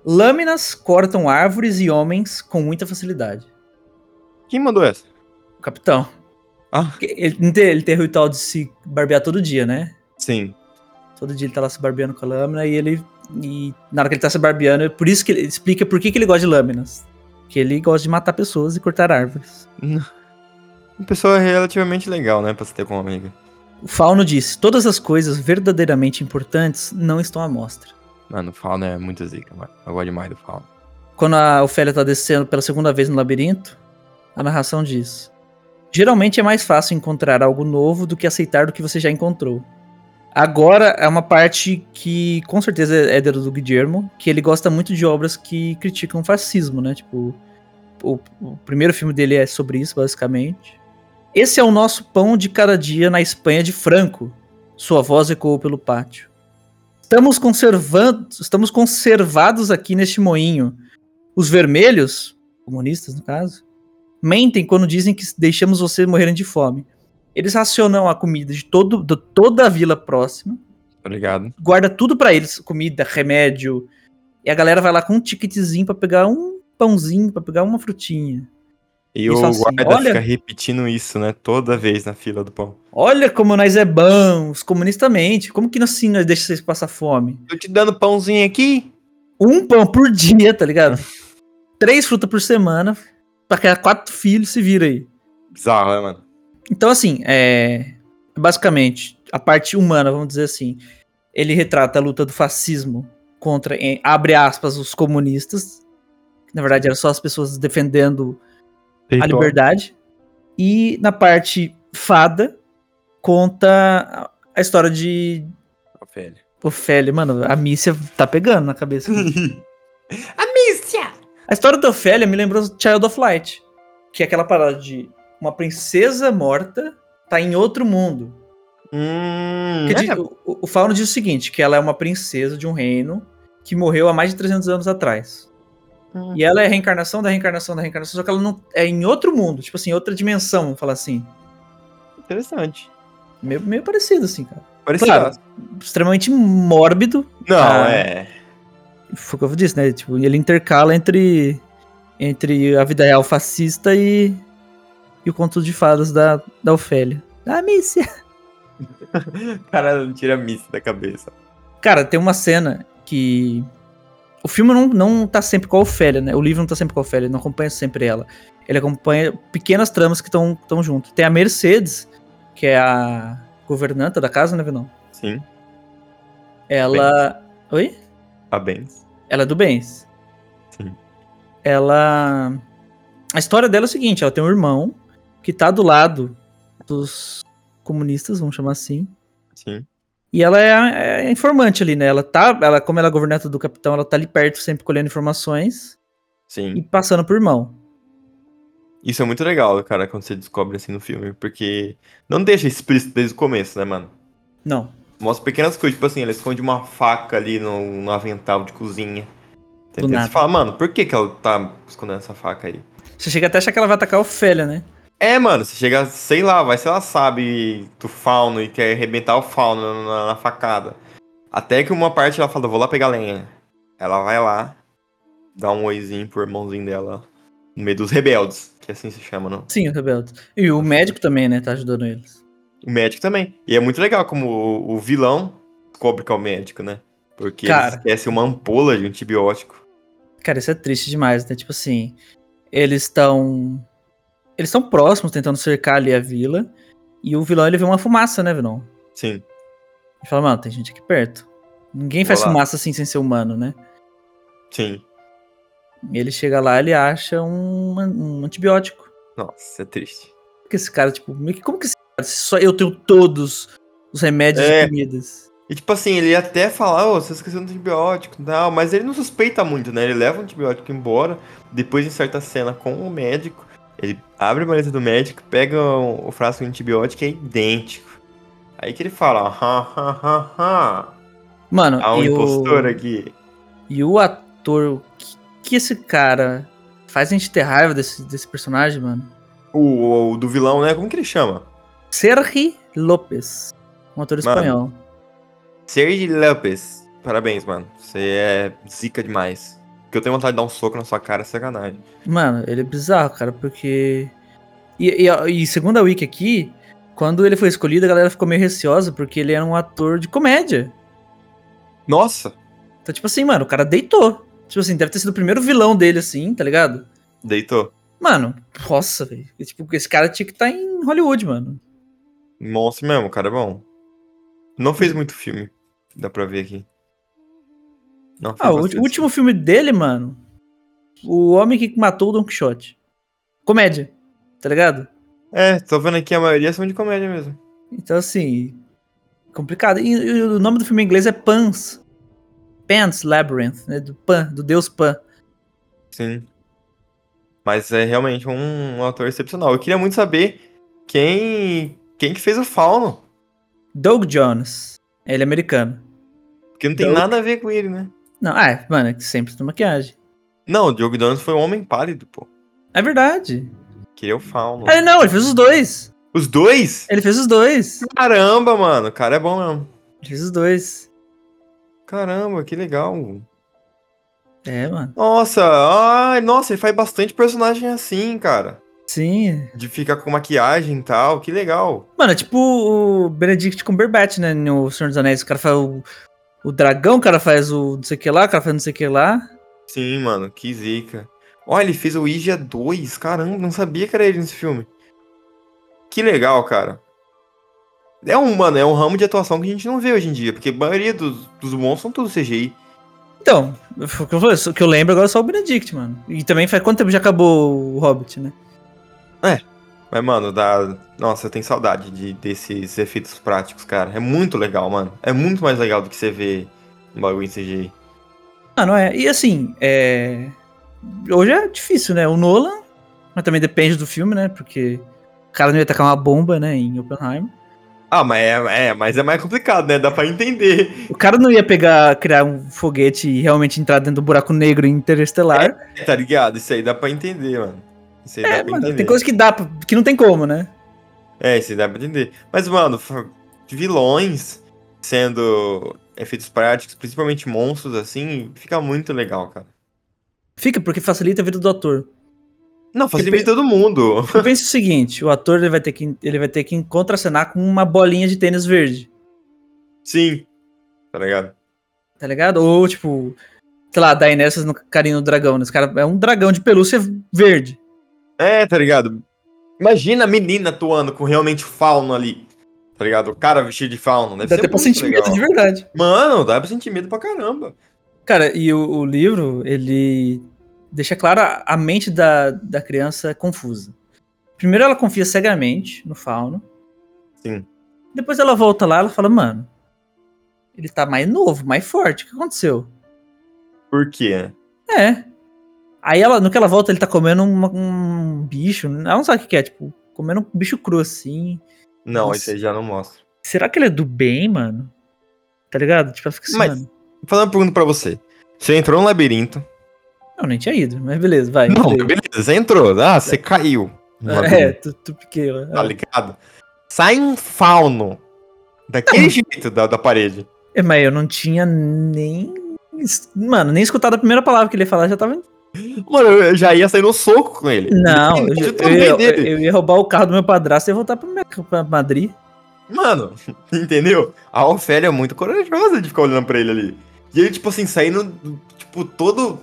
Speaker 1: Lâminas cortam árvores e homens com muita facilidade.
Speaker 2: Quem mandou essa?
Speaker 1: O capitão.
Speaker 2: Ah,
Speaker 1: Porque Ele não tem, ele tem o ritual de se barbear todo dia, né?
Speaker 2: sim.
Speaker 1: Todo dia ele tá lá se barbeando com a lâmina e ele. E na hora que ele tá se barbeando, é por isso que ele ele explica por que, que ele gosta de lâminas. Que ele gosta de matar pessoas e cortar árvores.
Speaker 2: Uma pessoa relativamente legal, né, pra se ter como amiga.
Speaker 1: O Fauno disse: todas as coisas verdadeiramente importantes não estão à mostra.
Speaker 2: Mano, o Fauna é muito zica, mano. Eu gosto demais do Fauna.
Speaker 1: Quando a Ofélia tá descendo pela segunda vez no labirinto, a narração diz: Geralmente é mais fácil encontrar algo novo do que aceitar o que você já encontrou. Agora é uma parte que com certeza é dedo do Guillermo, que ele gosta muito de obras que criticam o fascismo, né? Tipo, o, o primeiro filme dele é sobre isso, basicamente. Esse é o nosso pão de cada dia na Espanha de Franco. Sua voz ecoou pelo pátio. Estamos conservando, estamos conservados aqui neste moinho. Os vermelhos, comunistas no caso, mentem quando dizem que deixamos vocês morrerem de fome. Eles racionam a comida de, todo, de toda a vila próxima,
Speaker 2: Tá ligado?
Speaker 1: guarda tudo pra eles, comida, remédio, e a galera vai lá com um ticketzinho pra pegar um pãozinho, pra pegar uma frutinha.
Speaker 2: E
Speaker 1: Isso
Speaker 2: o
Speaker 1: assim,
Speaker 2: guarda
Speaker 1: olha-
Speaker 2: fica repetindo isso, né, toda vez na fila do pão.
Speaker 1: Olha como nós é bom, os comunistas mentem, como que nós, assim, nós deixa vocês passar fome?
Speaker 2: Tô te dando pãozinho aqui.
Speaker 1: Um pão por dia, tá ligado? Três frutas por semana, pra criar quatro filhos, se vira aí.
Speaker 2: Bizarro, né, mano?
Speaker 1: Então, assim, é, basicamente, a parte humana, vamos dizer assim, ele retrata a luta do fascismo contra, em- abre aspas, os comunistas. que, Na verdade, eram só as pessoas defendendo a liberdade. E na parte fada, conta a- a história de
Speaker 2: Ofélia.
Speaker 1: Ofélia. Mano, a Mícia tá pegando na cabeça.
Speaker 2: Mícia!
Speaker 1: A história da Ofélia me lembrou Child of Light, que é aquela parada de uma princesa morta tá em outro mundo.
Speaker 2: Hum,
Speaker 1: Porque
Speaker 2: é,
Speaker 1: di- o, o- o Fauno diz o seguinte, que ela é uma princesa de um reino que morreu há mais de 300 anos atrás.
Speaker 2: Hum.
Speaker 1: E ela é a reencarnação da reencarnação da reencarnação, só que ela não é em outro mundo, tipo assim, outra dimensão, vamos falar assim.
Speaker 2: interessante.
Speaker 1: Meio, meio parecido, assim, cara.
Speaker 2: Parecido.
Speaker 1: Claro. Extremamente mórbido,
Speaker 2: Não,
Speaker 1: Ah.
Speaker 2: é.
Speaker 1: foi o que eu disse, né? Tipo, ele intercala entre, entre a vida real fascista e, e o conto de fadas da, da Ofélia. Ah, Missy!
Speaker 2: Cara, não tira a Mícia da cabeça.
Speaker 1: Cara, tem uma cena que. O filme não, não tá sempre com a Ofélia, né? O livro não tá sempre com a Ofélia, ele não acompanha sempre ela. Ele acompanha pequenas tramas que estão tão junto. Tem a Mercedes, que é a governanta da casa, né, Vinão?
Speaker 2: Sim,
Speaker 1: Ela. Oi?
Speaker 2: parabéns.
Speaker 1: Ela é do Bens.
Speaker 2: Sim.
Speaker 1: Ela. A história dela é o seguinte: ela tem um irmão que tá do lado dos comunistas, vamos chamar assim.
Speaker 2: Sim.
Speaker 1: E ela é, a- é a informante ali, né? Ela tá, ela, como ela é governanta do capitão, ela tá ali perto, sempre colhendo informações e
Speaker 2: Sim.
Speaker 1: passando por mão.
Speaker 2: Isso é muito legal, cara, quando você descobre assim no filme, porque não deixa explícito desde o começo, né, mano?
Speaker 1: Não.
Speaker 2: Mostra pequenas coisas, tipo assim, ela esconde uma faca ali no, no avental de cozinha. Entendeu?
Speaker 1: nada.
Speaker 2: Você fala, mano, por que, que ela tá escondendo essa faca aí?
Speaker 1: Você chega até a achar que ela vai atacar a Ofélia, né?
Speaker 2: É, mano, você chega, sei lá, vai se ela sabe do fauno e quer arrebentar o fauno na, na- na facada. Até que uma parte ela fala, vou lá pegar lenha. Ela vai lá, dá um oizinho pro irmãozinho dela, no meio dos rebeldes, que assim se chama, não?
Speaker 1: Sim, o rebelde. E o médico também, né? Tá ajudando eles.
Speaker 2: O médico também. E é muito legal como o, o vilão descobre que é o médico, né? Porque
Speaker 1: Cara.
Speaker 2: ele esquece uma ampola de antibiótico.
Speaker 1: Cara, isso é triste demais, né? Tipo assim, eles estão. Eles estão próximos, tentando cercar ali a vila. E o vilão, ele vê uma fumaça, né, vilão?
Speaker 2: Sim,
Speaker 1: Ele fala, mano, tem gente aqui perto. Ninguém
Speaker 2: Vou
Speaker 1: faz
Speaker 2: lá.
Speaker 1: fumaça assim sem ser humano, né?
Speaker 2: sim.
Speaker 1: Ele chega lá, ele acha um, um antibiótico.
Speaker 2: Nossa, é triste.
Speaker 1: Porque esse cara, tipo, meio que- como que esse cara, se só eu tenho todos os remédios
Speaker 2: É.
Speaker 1: e comidas?
Speaker 2: E tipo assim, ele ia até falar, ô, você esqueceu do antibiótico, não, mas ele não suspeita muito, né? Ele leva o antibiótico embora, depois de certa cena com o médico, ele abre a maleta do médico, pega o, o frasco de antibiótico e é idêntico. Aí que ele fala, ha, ha, ha, ha,
Speaker 1: Mano,
Speaker 2: há um
Speaker 1: e,
Speaker 2: impostor
Speaker 1: o,
Speaker 2: aqui.
Speaker 1: e o ator, o que, que esse cara faz a gente ter raiva desse, desse personagem, mano?
Speaker 2: O, o do vilão, né? Como que ele chama?
Speaker 1: Sergi Lopes, um ator
Speaker 2: Mano.
Speaker 1: espanhol.
Speaker 2: Sergi Lopes. Parabéns, mano. Você é zica demais. Que eu tenho vontade de dar um soco na sua cara, é sacanagem.
Speaker 1: Mano, ele é bizarro, cara, porque. E, e- e segundo a Wiki aqui, quando ele foi escolhido, a galera ficou meio receosa, porque ele era um ator de comédia.
Speaker 2: Nossa!
Speaker 1: Então, tipo assim, mano, o cara deitou. Tipo assim, deve ter sido o primeiro vilão dele, assim, tá ligado?
Speaker 2: Deitou.
Speaker 1: Mano, nossa, velho. E, Tipo, esse cara tinha que estar em Hollywood, mano.
Speaker 2: Monstro mesmo, o cara é bom. Não fez muito filme, dá pra ver aqui. Não fez
Speaker 1: Ah, o
Speaker 2: bastante.
Speaker 1: ulti- último filme dele, mano. O Homem que Matou o Don Quixote. Comédia, tá ligado?
Speaker 2: É, tô vendo aqui a maioria são de comédia mesmo.
Speaker 1: Então, assim. Complicado. E, e o nome do filme em inglês é Pans. Pan's Labyrinth, né? Do Pan, do deus Pan.
Speaker 2: Sim. Mas é realmente um, um ator excepcional. Eu queria muito saber quem. quem que fez o fauno.
Speaker 1: Doug Jones. Ele é americano.
Speaker 2: Porque não tem
Speaker 1: Doug.
Speaker 2: nada a ver com ele, né?
Speaker 1: Não, ah, é, mano, é que sempre tem maquiagem.
Speaker 2: Não, o Diogo Donos foi um homem pálido, pô.
Speaker 1: É verdade.
Speaker 2: Queria o fauno.
Speaker 1: Ah, não, ele fez os dois.
Speaker 2: Os dois?
Speaker 1: Ele fez os dois.
Speaker 2: Caramba, mano. O cara é bom mesmo.
Speaker 1: Ele fez os dois.
Speaker 2: Caramba, que legal.
Speaker 1: É, mano.
Speaker 2: Nossa, ai, nossa, ele faz bastante personagem assim, cara.
Speaker 1: Sim.
Speaker 2: De ficar com maquiagem e tal, que legal.
Speaker 1: Mano, é tipo o Benedict Cumberbatch, né? No Senhor dos Anéis. O cara faz o, o dragão, o cara faz o não sei o que lá, o cara faz não sei o que lá.
Speaker 2: Sim, mano, que zica. Olha, ele fez o Ija 2, caramba, não sabia que era ele nesse filme. Que legal, cara. É um, mano, é um ramo de atuação que a gente não vê hoje em dia, porque a maioria dos, dos monstros são tudo CGI.
Speaker 1: Então, foi o que eu falei, só- o que eu lembro agora é só o Benedict, mano. E também faz quanto tempo já acabou o Hobbit, né?
Speaker 2: Mas, mano, dá. Nossa, eu tenho saudade de, desses efeitos práticos, cara. É muito legal, mano. É muito mais legal do que você ver um bagulho em CGI.
Speaker 1: Ah, não é. E assim, é. Hoje é difícil, né? O Nolan, mas também depende do filme, né? Porque o cara não ia tacar uma bomba, né? Em Oppenheimer.
Speaker 2: Ah, mas é, é, mas é mais complicado, né? Dá pra entender.
Speaker 1: O cara não ia pegar, criar um foguete e realmente entrar dentro do buraco negro interestelar.
Speaker 2: Tá ligado? Isso aí dá pra entender, mano. Isso aí
Speaker 1: É,
Speaker 2: dá pra
Speaker 1: mano,
Speaker 2: entender.
Speaker 1: tem coisa que dá, pra- que não tem como, né?
Speaker 2: É, isso aí dá pra entender. Mas, mano, f- vilões sendo efeitos práticos, principalmente monstros, assim, fica muito legal, cara.
Speaker 1: Fica, porque facilita a vida do ator.
Speaker 2: Não, facilita
Speaker 1: pe-
Speaker 2: todo mundo.
Speaker 1: Eu penso o seguinte, o ator ele vai ter que, ele vai ter que contracenar com uma bolinha de tênis verde,
Speaker 2: Sim. Tá ligado?
Speaker 1: tá ligado? Ou, tipo, sei lá, da Inessas no carinho do dragão, né? Esse cara é um dragão de pelúcia verde.
Speaker 2: É, tá ligado? Imagina a menina atuando com realmente fauno ali. Tá ligado? O cara vestido de fauno. Deve
Speaker 1: Dá
Speaker 2: ser
Speaker 1: até pra
Speaker 2: muito
Speaker 1: sentir medo
Speaker 2: legal.
Speaker 1: de verdade.
Speaker 2: Mano, dá pra sentir medo pra caramba.
Speaker 1: Cara, e o, o livro, ele deixa clara a mente da, da criança confusa. Primeiro ela confia cegamente no fauno.
Speaker 2: Sim.
Speaker 1: Depois ela volta lá, ela fala, mano, ele tá mais novo, mais forte, o que aconteceu?
Speaker 2: Por quê?
Speaker 1: É. Aí ela, no que ela volta, ele tá comendo uma- um bicho. Ela não sabe o que que é, tipo, comendo um bicho cru assim.
Speaker 2: Não,
Speaker 1: Nossa.
Speaker 2: isso aí já não mostra.
Speaker 1: Será que ele é do bem, mano? Tá ligado? Tipo, ela fica assim,
Speaker 2: Mas-
Speaker 1: mano.
Speaker 2: Vou fazer uma pergunta pra você. Você entrou no labirinto.
Speaker 1: Não, nem tinha ido, mas beleza, vai.
Speaker 2: não,
Speaker 1: beleza.
Speaker 2: beleza, você entrou. Ah, você caiu. no
Speaker 1: É, tu,
Speaker 2: labirinto,
Speaker 1: tu piquei lá.
Speaker 2: Tá ligado? Sai um fauno. Daquele jeito da, da parede.
Speaker 1: É, mas eu não tinha nem. es- Mano, nem escutado a primeira palavra que ele ia falar, já tava.
Speaker 2: Mano, eu já ia sair no soco com ele.
Speaker 1: Não, eu,
Speaker 2: Independente do
Speaker 1: eu ia-
Speaker 2: tamanho dele.
Speaker 1: eu ia roubar o carro do meu padrasto e ia voltar pra, minha, pra Madrid.
Speaker 2: Mano, entendeu? A Ofélia é muito corajosa de ficar olhando pra ele ali. E ele, tipo assim, saindo, do- tipo, todo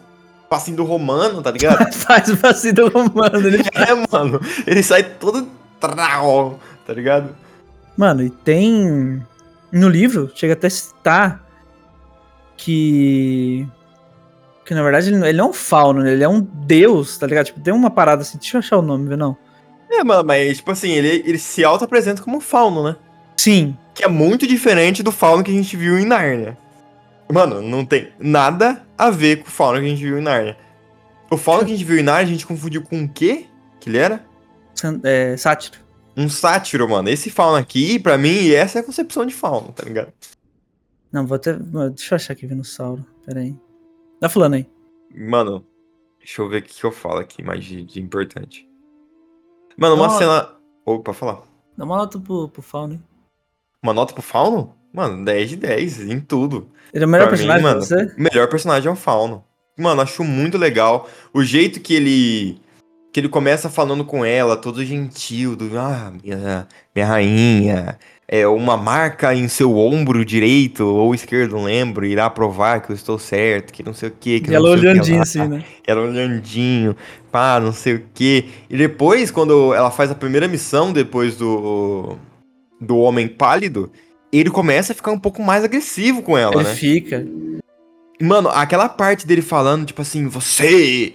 Speaker 2: passinho do romano, tá ligado?
Speaker 1: Faz o vacilo do romano. Ele...
Speaker 2: é, mano. Ele sai todo. trau, Tá ligado?
Speaker 1: Mano, e tem. No livro, chega até a citar que. Que na verdade ele não- ele não é um fauno, né? ele é um deus, tá ligado? Tipo, tem uma parada assim, deixa eu achar o nome, viu? Não.
Speaker 2: É, mano, mas tipo assim, ele, ele se auto-apresenta como um fauno, né?
Speaker 1: Sim,
Speaker 2: Que é muito diferente do fauno que a gente viu em Narnia. Mano, não tem nada a ver com o fauno que a gente viu em Narnia. O fauno que a gente viu em Narnia, a gente confundiu com o quê? Que ele era?
Speaker 1: san- é, sátiro.
Speaker 2: Um sátiro, mano. Esse fauno aqui, pra mim, essa é a concepção de fauno, tá ligado?
Speaker 1: Não, vou até. mano, Deixa eu achar aqui, Vinussauro. Pera aí. Tá falando aí.
Speaker 2: Mano, deixa eu ver o que que eu falo aqui mais de, de importante. Mano, uma
Speaker 1: Não,
Speaker 2: cena. Opa, falar.
Speaker 1: Dá uma nota pro, pro Fauno, hein?
Speaker 2: Uma nota pro fauno? Mano, 10 de 10 em tudo.
Speaker 1: Ele é o melhor
Speaker 2: Pra mim,
Speaker 1: personagem pra
Speaker 2: mano.
Speaker 1: você?
Speaker 2: O melhor personagem é o Fauno. Mano, acho muito legal. O jeito que ele. Que ele começa falando com ela, todo gentil, do. Ah, minha, minha rainha. É uma marca em seu ombro direito ou esquerdo, não lembro, irá provar que eu estou certo, que não sei o quê, que.
Speaker 1: E ela
Speaker 2: não sei o que
Speaker 1: olhandinha
Speaker 2: lá."
Speaker 1: assim, né?
Speaker 2: Ela olhandinho, pá, não sei o quê. E depois, quando ela faz a primeira missão depois do. Do Homem Pálido, ele começa a ficar um pouco mais agressivo com ela,
Speaker 1: Ele
Speaker 2: né?
Speaker 1: fica.
Speaker 2: Mano, aquela parte dele falando, tipo assim, você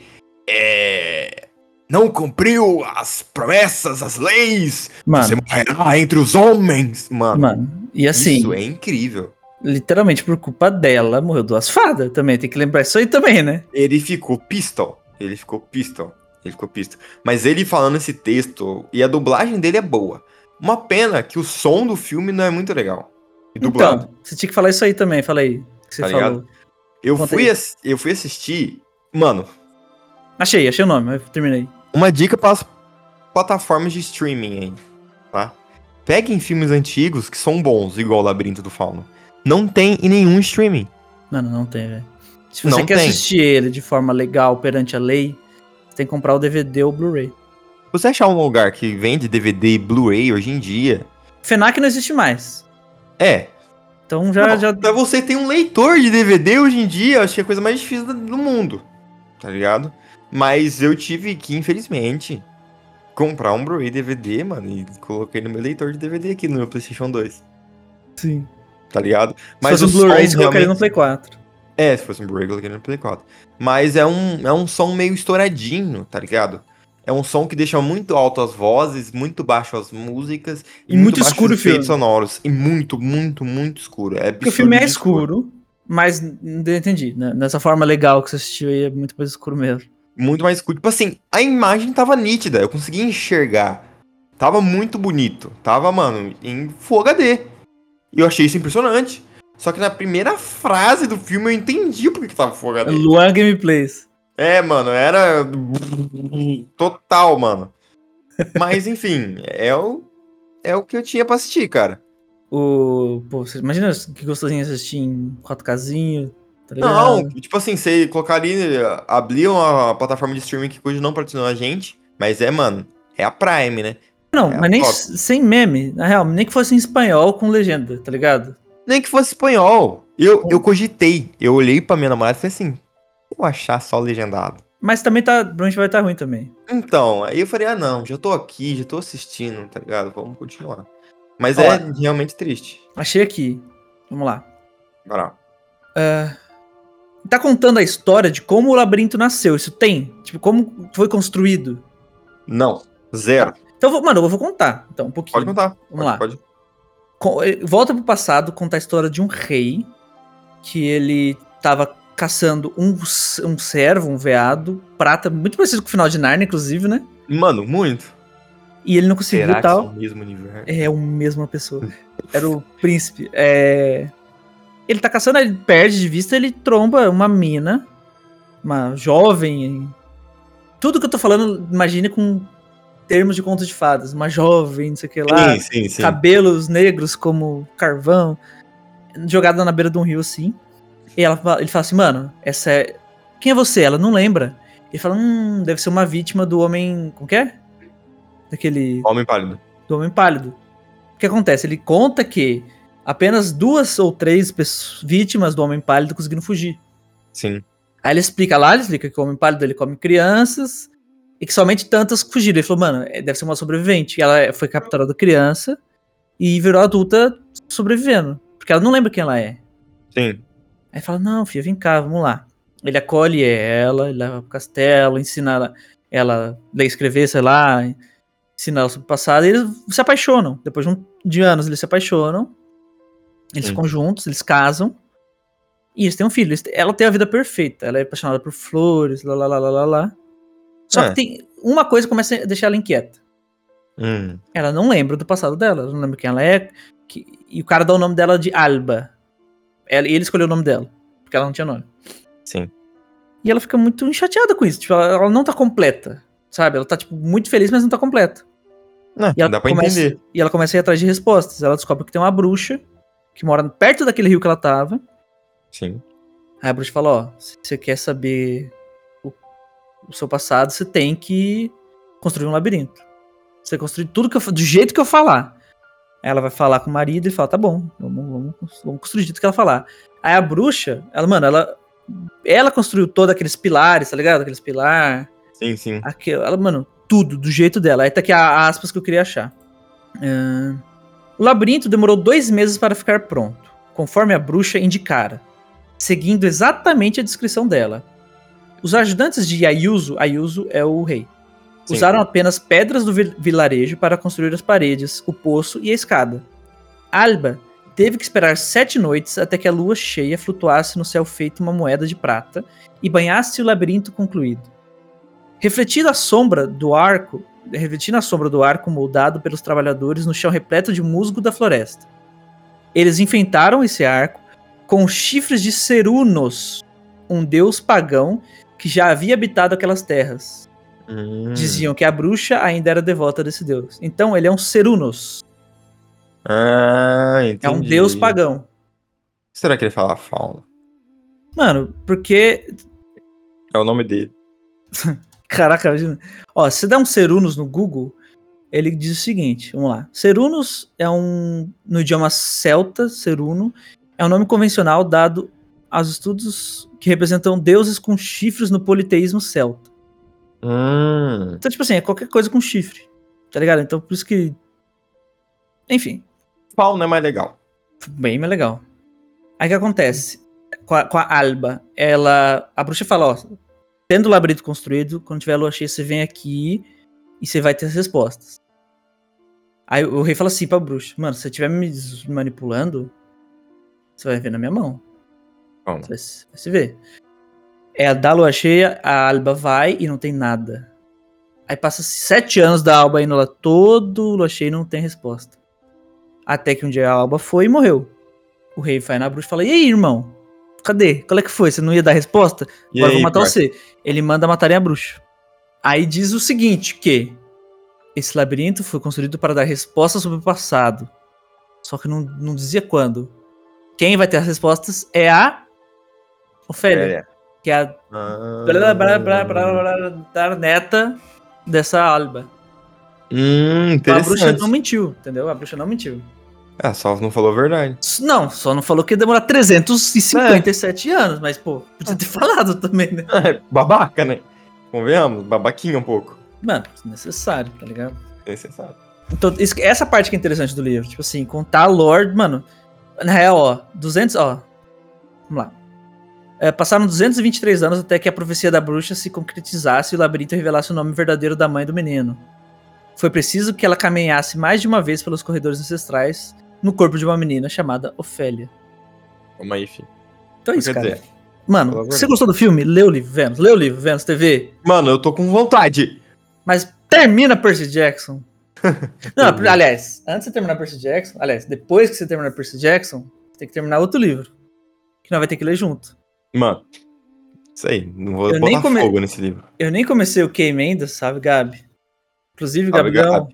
Speaker 2: é, não cumpriu as promessas, as leis,
Speaker 1: Mano,
Speaker 2: você morrerá entre os homens. Mano,
Speaker 1: mano. E assim,
Speaker 2: isso é incrível.
Speaker 1: literalmente por culpa dela, morreu duas fadas também. Tem que lembrar isso aí também, né?
Speaker 2: Ele ficou pistol, ele ficou pistol, ele ficou pistol. Mas ele falando esse texto, e a dublagem dele é boa. Uma pena que o som do filme não é muito legal. E dublado.
Speaker 1: Então, você tinha que falar isso aí também, fala aí. Que você
Speaker 2: Tá ligado?
Speaker 1: falou.
Speaker 2: eu,
Speaker 1: conta
Speaker 2: fui
Speaker 1: aí.
Speaker 2: ass- eu fui assistir, mano,
Speaker 1: Achei, achei o nome, mas terminei.
Speaker 2: Uma dica para as plataformas de streaming, hein? Tá? Peguem filmes antigos que são bons, igual o Labirinto do Fauno. Não tem em nenhum streaming.
Speaker 1: Mano, não tem, velho. Se você
Speaker 2: Não
Speaker 1: quer
Speaker 2: tem.
Speaker 1: assistir ele de forma legal perante a lei, você tem que comprar o DVD ou o Blu-ray.
Speaker 2: Você achar um lugar que vende DVD e Blu-ray hoje em dia.
Speaker 1: FENAC não existe mais.
Speaker 2: É.
Speaker 1: Então já.
Speaker 2: não,
Speaker 1: já...
Speaker 2: Pra você ter um leitor de DVD hoje em dia, eu acho que é a coisa mais difícil do- do mundo. Tá ligado? Mas eu tive que, infelizmente, comprar um Blu-ray DVD, mano, e coloquei no meu leitor de DVD aqui no meu PlayStation 2.
Speaker 1: Sim.
Speaker 2: Tá ligado?
Speaker 1: Mas o
Speaker 2: som
Speaker 1: um Blu-ray você colocaria
Speaker 2: realmente-
Speaker 1: no Play 4.
Speaker 2: É, se fosse um Blu-ray, eu coloquei no Play 4. Mas é um, é um som meio estouradinho, tá ligado? É um som que deixa muito alto as vozes, muito baixo as músicas.
Speaker 1: E muito
Speaker 2: baixo
Speaker 1: escuro o
Speaker 2: os efeitos
Speaker 1: filme.
Speaker 2: sonoros. E muito, muito, muito escuro. É
Speaker 1: Porque o filme é
Speaker 2: absurdo de
Speaker 1: escuro, mas n- entendi. né? Nessa forma legal que você assistiu aí é muito mais escuro mesmo.
Speaker 2: Muito mais escuro. Tipo assim, a imagem tava nítida, eu conseguia enxergar. Tava muito bonito. Tava, mano, em Full HD. E eu achei isso impressionante. Só que na primeira frase do filme eu entendi porque que tava Full HD.
Speaker 1: Luan Gameplays.
Speaker 2: É, mano, era. Total, mano. Mas, enfim, é o. É o que eu tinha pra assistir, cara.
Speaker 1: O. Pô, você imagina que gostosinho assistir em 4Kzinho, tá ligado?
Speaker 2: Não, tipo assim, você colocar ali. Abrir uma plataforma de streaming que hoje não patrocinou a gente. Mas é, mano, é a Prime, né?
Speaker 1: Não,
Speaker 2: É,
Speaker 1: mas nem
Speaker 2: top.
Speaker 1: s- sem meme, na real, nem que fosse em espanhol com legenda, tá ligado?
Speaker 2: Nem que fosse espanhol. Eu, eu cogitei. Eu olhei pra minha namorada e falei assim: vou achar só legendado.
Speaker 1: Mas também tá. Provavelmente vai estar ruim também.
Speaker 2: Então, aí eu falei: ah, não, já tô aqui, já tô assistindo, tá ligado? Vamos continuar. Mas é
Speaker 1: Olha.
Speaker 2: realmente triste.
Speaker 1: Achei aqui. Vamos lá.
Speaker 2: Vai lá.
Speaker 1: Tá contando a história de como o labirinto nasceu. Isso tem? Tipo, como foi construído?
Speaker 2: Não, zero.
Speaker 1: Então, eu vou- mano, eu vou contar. Então, um pouquinho.
Speaker 2: Pode contar.
Speaker 1: Vamos
Speaker 2: pode,
Speaker 1: lá.
Speaker 2: Pode.
Speaker 1: Co- eh, Volta pro passado, contar a história de um rei que ele tava caçando um, s- um servo, um veado, prata, muito parecido com o final de Narnia, inclusive, né?
Speaker 2: Mano, muito.
Speaker 1: E ele não conseguiu
Speaker 2: Será que
Speaker 1: tal.
Speaker 2: são o mesmo universo?
Speaker 1: É o mesma pessoa. Era o príncipe. É... Ele tá caçando, ele perde de vista, ele tromba uma mina, uma jovem. Tudo que eu tô falando, imagine com termos de conto de fadas. Uma jovem, não sei o que lá.
Speaker 2: Sim, sim, sim.
Speaker 1: Cabelos negros como carvão, jogada na beira de um rio assim. E ela, fa- ele fala assim, mano, essa é... Quem é você? Ela não lembra. Ele fala, hum, deve ser uma vítima do homem... Como que é? Daquele
Speaker 2: Homem pálido.
Speaker 1: do Homem Pálido. O que acontece? Ele conta que apenas duas ou três pesso- vítimas do Homem Pálido conseguiram fugir.
Speaker 2: Sim.
Speaker 1: Aí ele explica lá, ele explica que o Homem Pálido ele come crianças e que somente tantas fugiram. Ele falou, mano, é, deve ser uma sobrevivente. E ela foi capturada criança e virou adulta sobrevivendo. Porque ela não lembra quem ela é.
Speaker 2: Sim.
Speaker 1: Aí fala, não, filha, vem cá, vamos lá. Ele acolhe ela, ele leva pro castelo, ensina ela, ela a escrever, sei lá, ensina ela sobre o passado. E eles se apaixonam. Depois de, um- de anos, eles se apaixonam. Eles
Speaker 2: Sim.
Speaker 1: ficam juntos, eles casam. E eles têm um filho. Eles te- ela tem a vida perfeita. Ela é apaixonada por flores, lá, lá, lá, lá, lá, lá. Só
Speaker 2: É.
Speaker 1: que tem uma coisa que começa a deixar ela inquieta.
Speaker 2: Hum.
Speaker 1: Ela não lembra do passado dela, ela não lembra quem ela é. que- e o cara dá o nome dela de Alba. Ela, e ele escolheu o nome dela, porque ela não tinha nome.
Speaker 2: Sim.
Speaker 1: E ela fica muito chateada com isso. Tipo, ela, ela não tá completa, sabe? Ela tá, tipo, muito feliz, mas não tá completa.
Speaker 2: Não,
Speaker 1: E ela
Speaker 2: dá pra
Speaker 1: começa,
Speaker 2: entender.
Speaker 1: E ela começa a ir atrás de respostas. Ela descobre que tem uma bruxa que mora perto daquele rio que ela tava.
Speaker 2: Sim.
Speaker 1: Aí a bruxa fala, ó, se você quer saber o, o seu passado, você tem que construir um labirinto. Você construir tudo que eu, fa- do jeito que eu falar. Aí ela vai falar com o marido e fala, tá bom, vamos, vamos, cons- vamos construir do jeito que ela falar. Aí a bruxa, ela, mano, ela, ela construiu todos aqueles pilares, tá ligado? Aqueles pilar,
Speaker 2: Sim, sim.
Speaker 1: aquilo, ela, mano, tudo do jeito dela. Aí tá aqui a, aspas que eu queria achar. Ahn, o labirinto demorou dois meses para ficar pronto, conforme a bruxa indicara, seguindo exatamente a descrição dela. Os ajudantes de Ayuso, Ayuso é o rei,
Speaker 2: Sim.
Speaker 1: usaram apenas pedras do vil- vilarejo para construir as paredes, o poço e a escada. Alba teve que esperar sete noites até que a lua cheia flutuasse no céu feito uma moeda de prata e banhasse o labirinto concluído. Refletindo a sombra do arco, refletindo a sombra do arco moldado pelos trabalhadores no chão repleto de musgo da floresta. Eles enfeitaram esse arco com chifres de Cerunos, um deus pagão que já havia habitado aquelas terras.
Speaker 2: Hum.
Speaker 1: Diziam que a bruxa ainda era devota desse deus. Então ele é um Cerunos,
Speaker 2: Ah, entendi.
Speaker 1: é um deus pagão.
Speaker 2: Será que ele fala fauna?
Speaker 1: Mano, porque.
Speaker 2: É o nome dele.
Speaker 1: Caraca, imagina. Ó, se você der um Cerunus no Google, ele diz o seguinte: vamos lá. Cerunus é um. No idioma celta, Ceruno, é um nome convencional dado aos estudos que representam deuses com chifres no politeísmo celta.
Speaker 2: Hum.
Speaker 1: Então, tipo assim, é qualquer coisa com chifre. Tá ligado? Então, por isso que. Enfim.
Speaker 2: Fauna é mais legal.
Speaker 1: Bem mais legal. Aí o que acontece com a, com a Alba? Ela. A bruxa fala, ó, tendo o labirinto construído, quando tiver a lua cheia, você vem aqui e você vai ter as respostas. Aí o rei fala assim pra bruxa, mano, se você estiver me s- manipulando, você vai ver na minha mão.
Speaker 2: Bom.
Speaker 1: Você vai, se- vai se ver. É a da lua cheia, a Alba vai e não tem nada. Aí passa sete anos da Alba indo lá todo lua cheia e não tem resposta. Até que um dia a Alba foi e morreu. O rei vai na bruxa e fala: E aí, irmão? Cadê? Qual é que foi? Você não ia dar resposta?
Speaker 2: E
Speaker 1: Agora eu
Speaker 2: aí, é?
Speaker 1: vou matar
Speaker 2: parça?
Speaker 1: você. Ele manda matarem a bruxa. Aí diz o seguinte: que esse labirinto foi construído para dar respostas sobre o passado. Só que não, não dizia quando. Quem vai ter as respostas é a Ofélia,
Speaker 2: Velha.
Speaker 1: que é a
Speaker 2: Ah.
Speaker 1: blá, blá, blá, blá, blá, neta dessa Alba.
Speaker 2: Hum,
Speaker 1: Então a bruxa
Speaker 2: interessante.
Speaker 1: não mentiu, entendeu? A bruxa não mentiu.
Speaker 2: Ah, só não falou a verdade.
Speaker 1: Não, só não falou que ia demorar 357 anos, mas, pô, podia
Speaker 2: É.
Speaker 1: ter falado também, né?
Speaker 2: Babaca, né? Convenhamos, babaquinha um pouco. é
Speaker 1: Mano, desnecessário, tá ligado?
Speaker 2: Necessário.
Speaker 1: Então, isso- essa parte que é interessante do livro, tipo assim, contar a lore, mano, na real, ó, 200, ó, vamos lá. É, passaram 223 anos até que a profecia da bruxa se concretizasse e o labirinto revelasse o nome verdadeiro da mãe do menino. Foi preciso que ela caminhasse mais de uma vez pelos corredores ancestrais no corpo de uma menina chamada Ofélia.
Speaker 2: Calma aí, filho.
Speaker 1: Então é isso,
Speaker 2: Quer
Speaker 1: cara.
Speaker 2: dizer, Pelo
Speaker 1: Mano,
Speaker 2: amor
Speaker 1: se
Speaker 2: de
Speaker 1: você gostou do filme? Lê o livro, Vênus. Lê o livro, Vênus TV.
Speaker 2: Mano, eu tô com vontade.
Speaker 1: Mas termina Percy Jackson. Não, aliás, antes de terminar Percy Jackson, aliás, depois que você terminar Percy Jackson, tem que terminar outro livro. Que nós vai ter que ler junto.
Speaker 2: Mano, isso aí. Não vou
Speaker 1: Eu nem
Speaker 2: botar
Speaker 1: come-
Speaker 2: fogo nesse livro.
Speaker 1: Eu nem comecei o Game ainda, sabe, Gabi? Inclusive,
Speaker 2: Sabe,
Speaker 1: Gabriel,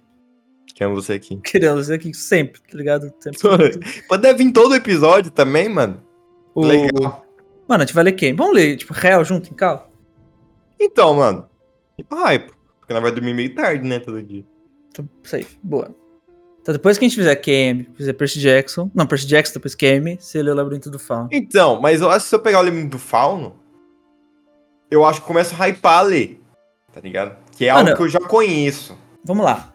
Speaker 2: Quero você aqui.
Speaker 1: querendo dizer aqui sempre, tá ligado? Sempre.
Speaker 2: Pode vir todo episódio também, mano.
Speaker 1: O-
Speaker 2: Legal.
Speaker 1: Mano, a gente vai ler quem? Vamos ler, tipo, Real junto em cal?
Speaker 2: Então, mano. Que hype. Porque nós vai dormir meio tarde, né, todo dia.
Speaker 1: Então, isso aí, boa. Então, depois que a gente fizer QM, fizer Percy Jackson, não, Percy Jackson, depois QM, você lê o Labirinto do Fauno.
Speaker 2: Então, mas eu acho que se eu pegar o livro do Fauno, eu acho que começo a hypar ali. Tá ligado? Que é
Speaker 1: Mano,
Speaker 2: algo que eu já conheço.
Speaker 1: Vamos lá.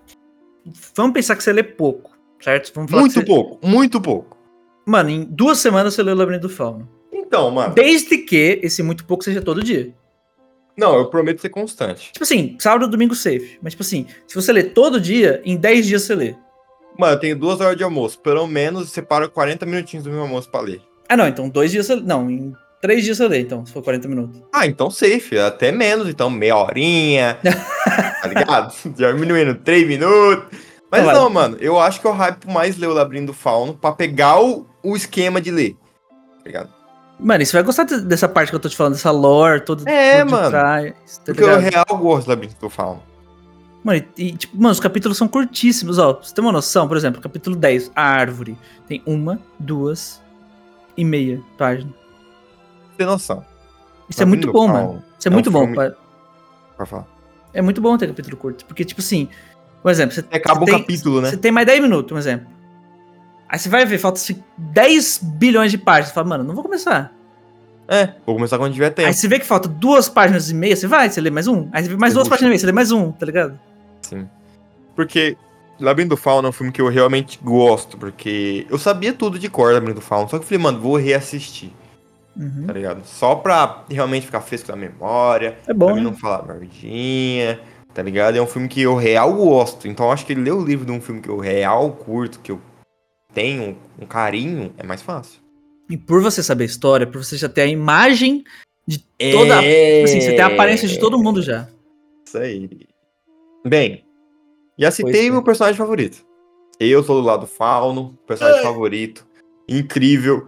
Speaker 1: Vamos pensar que você lê pouco, certo? Vamos falar que
Speaker 2: Muito
Speaker 1: você-
Speaker 2: pouco, muito pouco.
Speaker 1: Mano, em duas semanas você leu o Labirinto do Fauno.
Speaker 2: Então, mano.
Speaker 1: Desde que esse muito pouco seja todo dia.
Speaker 2: Não, eu prometo ser constante.
Speaker 1: Tipo assim, sábado, domingo, safe. Mas, tipo assim, se você lê todo dia, em 10 dias você lê.
Speaker 2: Mano, eu tenho duas horas de almoço. Pelo menos separo 40 minutinhos do meu almoço pra ler.
Speaker 1: Ah, não, então dois dias você. Não, em três dias você lê, então, se for 40 minutos.
Speaker 2: Ah, então safe. Até menos, então, meia horinha. tá ligado? Já diminuindo três minutos. Mas
Speaker 1: Então vai.
Speaker 2: não, mano, eu acho que eu hype mais ler o Labirinto do Fauno pra pegar o, o esquema de ler. Tá ligado?
Speaker 1: Mano, e você vai gostar de- dessa parte que eu tô te falando, dessa lore toda.
Speaker 2: É,
Speaker 1: toda de
Speaker 2: mano.
Speaker 1: trás, tá
Speaker 2: Porque eu
Speaker 1: ligado?
Speaker 2: real gosto do Labirinto do Fauno.
Speaker 1: Mano, e- e, tipo, mano, os capítulos são curtíssimos, ó. Pra Você tem uma noção, por exemplo, capítulo 10, a árvore. Tem uma, duas e meia página.
Speaker 2: Tem noção.
Speaker 1: Isso é muito
Speaker 2: Labirinto do
Speaker 1: bom,
Speaker 2: Fauno,
Speaker 1: mano. Isso é,
Speaker 2: é um
Speaker 1: muito bom.
Speaker 2: filme-
Speaker 1: pa-
Speaker 2: Pra falar.
Speaker 1: É muito bom ter capítulo curto. Porque, tipo assim, por exemplo, você,
Speaker 2: Você acaba
Speaker 1: você
Speaker 2: o
Speaker 1: tem,
Speaker 2: capítulo, né?
Speaker 1: você tem mais 10 minutos, um exemplo. Aí você vai ver, falta assim, 10 bilhões de páginas. Você fala, mano, não vou começar.
Speaker 2: É, vou começar quando tiver tempo.
Speaker 1: Aí você vê que falta duas páginas e meia, você vai, você lê mais um. Aí você vê mais
Speaker 2: Você
Speaker 1: duas páginas
Speaker 2: puxa.
Speaker 1: e meia, você lê mais um, tá ligado?
Speaker 2: Porque Labirinto do Fauno é um filme que eu realmente gosto, porque eu sabia tudo de cor Labirinto do Fauno, só que eu falei, mano, vou reassistir,
Speaker 1: Uhum.
Speaker 2: tá ligado? Só pra realmente ficar fresco na memória,
Speaker 1: É
Speaker 2: pra
Speaker 1: bom,
Speaker 2: mim
Speaker 1: né?
Speaker 2: não falar merdinha, tá ligado? É um filme que eu real gosto, então eu acho que ler o livro de um filme que eu real curto, que eu tenho um carinho, é mais fácil.
Speaker 1: E por você saber a história, por você já ter a imagem, Toda- tipo assim, você tem a aparência de todo mundo já.
Speaker 2: Isso aí. Bem, já
Speaker 1: Pois
Speaker 2: citei
Speaker 1: é.
Speaker 2: meu personagem favorito. Eu sou do lado fauno, personagem favorito, incrível.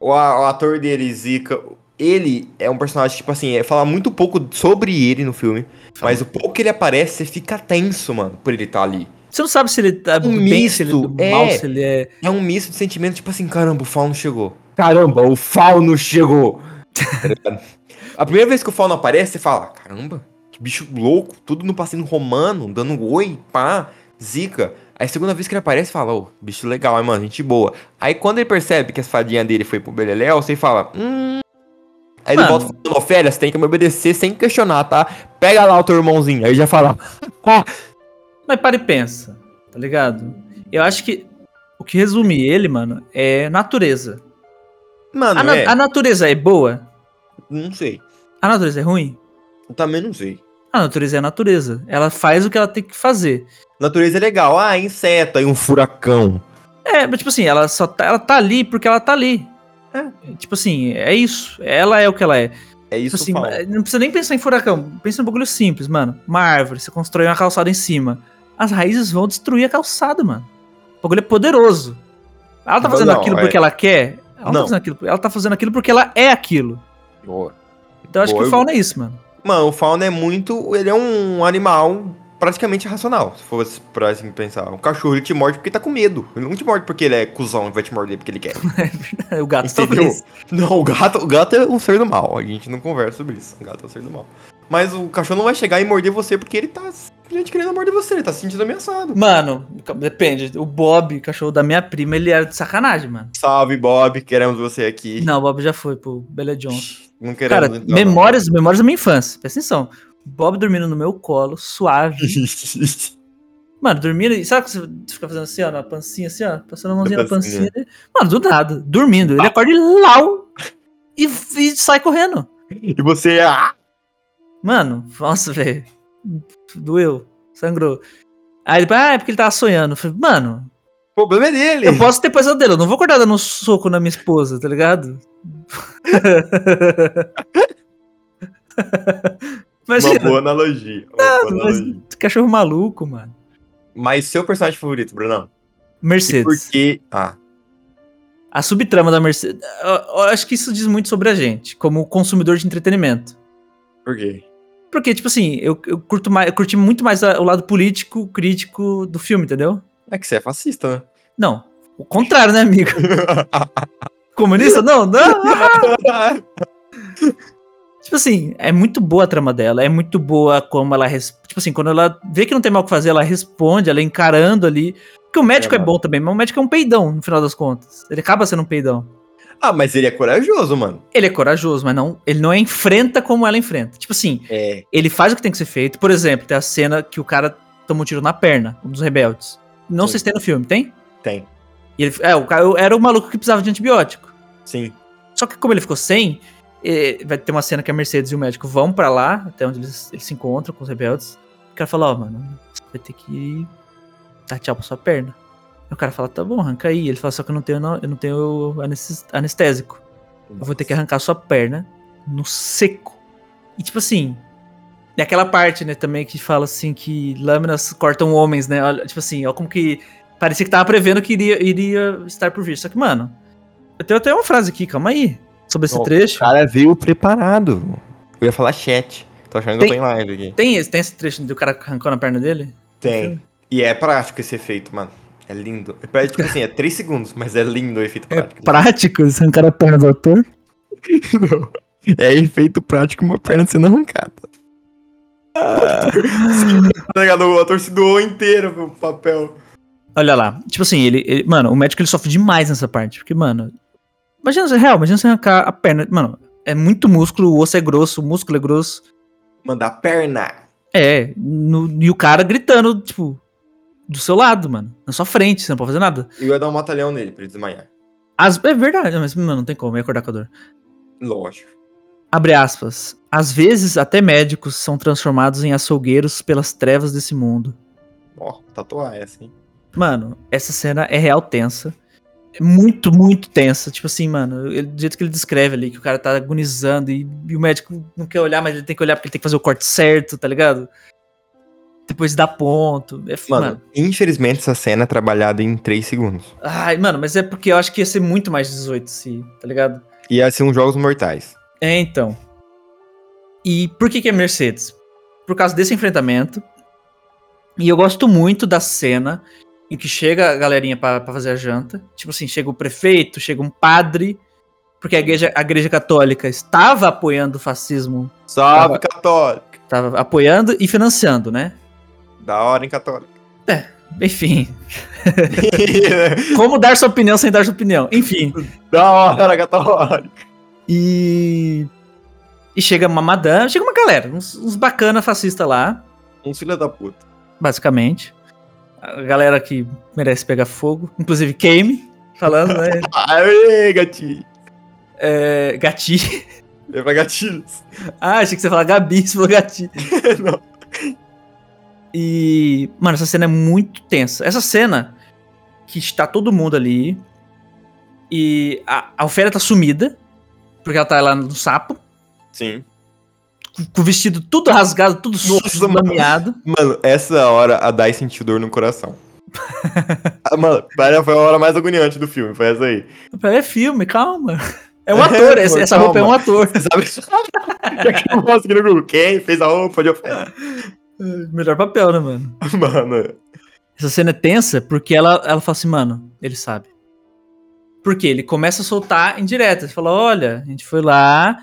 Speaker 2: O, a- o ator dele, Zika, ele é um personagem, tipo assim, é falar muito pouco sobre ele no filme, mas o pouco que ele aparece, você fica tenso, mano, por ele estar ali.
Speaker 1: Você não sabe se ele tá do
Speaker 2: Um
Speaker 1: bem, se ele é do
Speaker 2: misto,
Speaker 1: mal,
Speaker 2: é.
Speaker 1: se ele é.
Speaker 2: É um misto de sentimentos, tipo assim, caramba, o fauno chegou. Caramba, o fauno chegou! Tá ligado? a primeira vez que o fauno aparece, você fala, caramba, que bicho louco, tudo no passeio romano, dando um oi, pá, zica. Aí a segunda vez que ele aparece, fala, ô, bicho legal, aí, mano, gente boa. Aí quando ele percebe que as fadinhas dele foi pro Beleléu, você fala, hum... Aí ele
Speaker 1: Mano.
Speaker 2: volta falando, Ofélia, você tem que me obedecer sem questionar, tá? Pega lá o teu irmãozinho. Aí já fala, "Ah,
Speaker 1: Mas para e pensa, tá ligado? Eu acho que o que resume ele, mano, é natureza.
Speaker 2: mano,
Speaker 1: A, na-
Speaker 2: é,
Speaker 1: a natureza é boa?
Speaker 2: não sei,
Speaker 1: A natureza é ruim?
Speaker 2: eu também não sei.
Speaker 1: A natureza é a natureza. Ela faz o que ela tem que fazer.
Speaker 2: Natureza é legal, ah, inseto, aí um furacão.
Speaker 1: É, mas tipo assim, ela só tá, ela tá ali porque ela tá ali. Tipo assim, é isso. Ela é o que ela é.
Speaker 2: É
Speaker 1: Tipo
Speaker 2: isso,
Speaker 1: assim,
Speaker 2: Paulo.
Speaker 1: não precisa nem pensar em furacão. Pensa num bagulho simples, mano. Uma árvore, você constrói uma calçada em cima. As raízes vão destruir a calçada, mano. O bagulho é poderoso. Ela tá
Speaker 2: Não,
Speaker 1: fazendo
Speaker 2: não,
Speaker 1: aquilo
Speaker 2: é-
Speaker 1: porque ela quer? Ela não,
Speaker 2: Não.
Speaker 1: Tá fazendo aquilo, ela tá fazendo aquilo porque ela é aquilo. Então eu acho
Speaker 2: Boa,
Speaker 1: que o
Speaker 2: eu-
Speaker 1: fauna é isso, mano.
Speaker 2: Mano, o Fauna é muito. Ele é um animal praticamente racional. Se fosse pra assim, pensar. Um cachorro ele te morde porque tá com medo. Ele não te morde porque ele é cuzão e vai te morder porque ele quer.
Speaker 1: o gato tá
Speaker 2: Entendeu?
Speaker 1: talvez.
Speaker 2: não, o gato, o gato é um ser do mal. A gente não conversa sobre isso. O gato é um ser do mal. Mas o cachorro não vai chegar e morder você porque ele tá simplesmente querendo morder você. Ele tá se sentindo ameaçado.
Speaker 1: Mano, depende. O Bob, cachorro da minha prima, ele era de sacanagem, mano.
Speaker 2: Salve, Bob. Queremos você aqui.
Speaker 1: Não, o Bob já foi pro Bella Johnson.
Speaker 2: Não queremos.
Speaker 1: Cara,
Speaker 2: então, não.
Speaker 1: memórias, memórias da minha infância. Presta atenção. Bob dormindo no meu colo, suave. Mano, dormindo. e Sabe que você fica fazendo assim, ó, na pancinha, assim, ó? Passando a mãozinha na pancinha.
Speaker 2: Pancinha. Ah.
Speaker 1: dele. Mano, do nada. Dormindo. Ele acorda e lau. E, e sai correndo.
Speaker 2: e você. Ah,
Speaker 1: Mano, nossa, velho. Doeu. Sangrou. Aí depois, ah, é porque ele tava sonhando. Eu falei, Mano,
Speaker 2: o problema é dele.
Speaker 1: eu posso ter pesadelo, eu não vou acordar dando um soco na minha esposa, tá ligado?
Speaker 2: Uma
Speaker 1: Imagina,
Speaker 2: boa analogia. Uma boa
Speaker 1: mas-
Speaker 2: analogia.
Speaker 1: cachorro maluco, mano.
Speaker 2: Mas seu personagem favorito, Brunão? E por
Speaker 1: Mercedes.
Speaker 2: quê? Ah,
Speaker 1: A subtrama da Mercedes. Eu, eu acho que isso diz muito sobre a gente, como consumidor de entretenimento.
Speaker 2: por quê?
Speaker 1: Porque, tipo assim, eu, eu curto mais, eu curti muito mais a- o lado político, crítico do filme, entendeu?
Speaker 2: É que você é fascista, né?
Speaker 1: Não. O contrário, né, amigo? Comunista? Não, não. Ah! Tipo assim, é muito boa a trama dela, é muito boa como ela. res- Tipo assim, quando ela vê que não tem mal o que fazer, ela responde, ela é encarando ali. Porque o médico é
Speaker 2: mano.
Speaker 1: bom também, mas o médico é um peidão, no final das contas. Ele acaba sendo um peidão.
Speaker 2: ah, mas ele é corajoso, mano.
Speaker 1: Ele é corajoso, mas não, ele não é, enfrenta como ela enfrenta. Tipo assim,
Speaker 2: É.
Speaker 1: ele faz o que tem que ser feito. Por exemplo, tem a cena que o cara toma um tiro na perna, um dos rebeldes. Não
Speaker 2: Sim.
Speaker 1: sei se tem no filme, tem?
Speaker 2: Tem.
Speaker 1: E ele, é, o cara era o maluco que precisava de antibiótico.
Speaker 2: Sim.
Speaker 1: Só que como ele ficou sem, eh, vai ter uma cena que a Mercedes e o médico vão pra lá, até onde eles, eles se encontram com os rebeldes. O cara fala, ó, mano, você vai ter que dar tchau pra sua perna. E o cara fala, tá bom, arranca aí. Ele fala, só que eu não tenho, eu não tenho anestes- anestésico. Eu vou ter que arrancar sua perna no seco. E tipo assim, é aquela parte, né, também que fala assim que lâminas cortam homens, né? Olha, tipo assim, ó, como que. Parecia que tava prevendo que iria, iria estar por vir. Só que, mano, eu tenho até uma frase aqui, calma aí. Sobre esse
Speaker 2: Ó, O
Speaker 1: trecho.
Speaker 2: cara veio preparado. Eu ia falar chat. Tô achando
Speaker 1: Tem-
Speaker 2: que eu tô em live aqui.
Speaker 1: Tem esse, tem esse trecho do cara arrancando a perna dele?
Speaker 2: Tem. E é prático esse efeito, mano. É lindo. É pra- tipo assim, é 3 segundos, mas é lindo o efeito prático.
Speaker 1: Prático, arrancar a perna do autor.
Speaker 2: Não. É efeito prático uma perna sendo arrancada. Ah. Tá ligado? O ator se doou inteiro pro papel.
Speaker 1: Olha lá. Tipo assim, ele, ele- Mano, o médico ele sofre demais nessa parte. Porque, mano. Imagina, é real, imagina você arrancar a perna. Mano, é muito músculo, o osso é grosso, o músculo é grosso.
Speaker 2: Mandar perna.
Speaker 1: É, no- e o cara gritando, tipo, do seu lado, mano. Na sua frente, você não pode fazer nada.
Speaker 2: Eu ia dar um batalhão nele pra ele desmaiar.
Speaker 1: As- é verdade, mas, mano, não tem como, ia acordar com a dor.
Speaker 2: Lógico.
Speaker 1: Abre aspas. Às vezes, até médicos são transformados em açougueiros pelas trevas desse mundo.
Speaker 2: Ó, tatuar é assim.
Speaker 1: Mano, essa cena é real tensa. É muito, muito tensa. Tipo assim, mano, ele- do jeito que ele descreve ali, que o cara tá agonizando e, e o médico não quer olhar, mas ele tem que olhar porque ele tem que fazer o corte certo, tá ligado? Depois dá ponto. É, f-
Speaker 2: Mano,
Speaker 1: mano.
Speaker 2: infelizmente essa cena é trabalhada em 3 segundos.
Speaker 1: Ai, mano, mas é porque eu acho que ia ser muito mais 18, se, tá ligado?
Speaker 2: E ia ser uns Jogos Mortais.
Speaker 1: É, então. E por que que é Mercedes? Por causa desse enfrentamento. E eu gosto muito da cena em que chega a galerinha pra pra fazer a janta. Tipo assim, chega o prefeito, chega um padre. Porque a igreja, a igreja católica estava apoiando o fascismo.
Speaker 2: Salve, católico!
Speaker 1: Estava apoiando e financiando, né?
Speaker 2: Da hora, hein, católico?
Speaker 1: Enfim. Como dar sua opinião sem dar sua opinião? Enfim.
Speaker 2: da hora, católico!
Speaker 1: E. E chega uma madame, chega uma galera, uns, uns bacana fascista lá.
Speaker 2: Um filho da puta.
Speaker 1: basicamente. A galera que merece pegar fogo, inclusive Kame, falando, né?
Speaker 2: Aê, gatinho!
Speaker 1: é, Gati.
Speaker 2: É pra gatilhos.
Speaker 1: Ah, achei que você ia falar Gabi, você falou Gati.
Speaker 2: Não.
Speaker 1: E, mano, essa cena é muito tensa. Essa cena que está todo mundo ali e a, a Ofélia tá sumida, porque ela tá lá no sapo,
Speaker 2: Sim.
Speaker 1: com- com o vestido tudo rasgado, tudo
Speaker 2: Nossa,
Speaker 1: sujo,
Speaker 2: mano.
Speaker 1: lameado.
Speaker 2: Mano, essa hora a Dai sentiu dor no coração. Ah, Mano, para- foi a hora mais agoniante do filme, foi essa aí.
Speaker 1: Eu falei, É filme, calma. É um ator,
Speaker 2: É,
Speaker 1: esse-
Speaker 2: pô,
Speaker 1: essa roupa é um
Speaker 2: calma.
Speaker 1: ator.
Speaker 2: Você sabe isso? Já que eu posso aqui no Google, quem fez a roupa de oferta?
Speaker 1: Melhor papel, né, mano?
Speaker 2: Mano,
Speaker 1: Essa cena é tensa porque ela, ela fala assim, mano, ele sabe. Por quê? Ele começa a soltar indireta. Ele fala, olha, a gente foi lá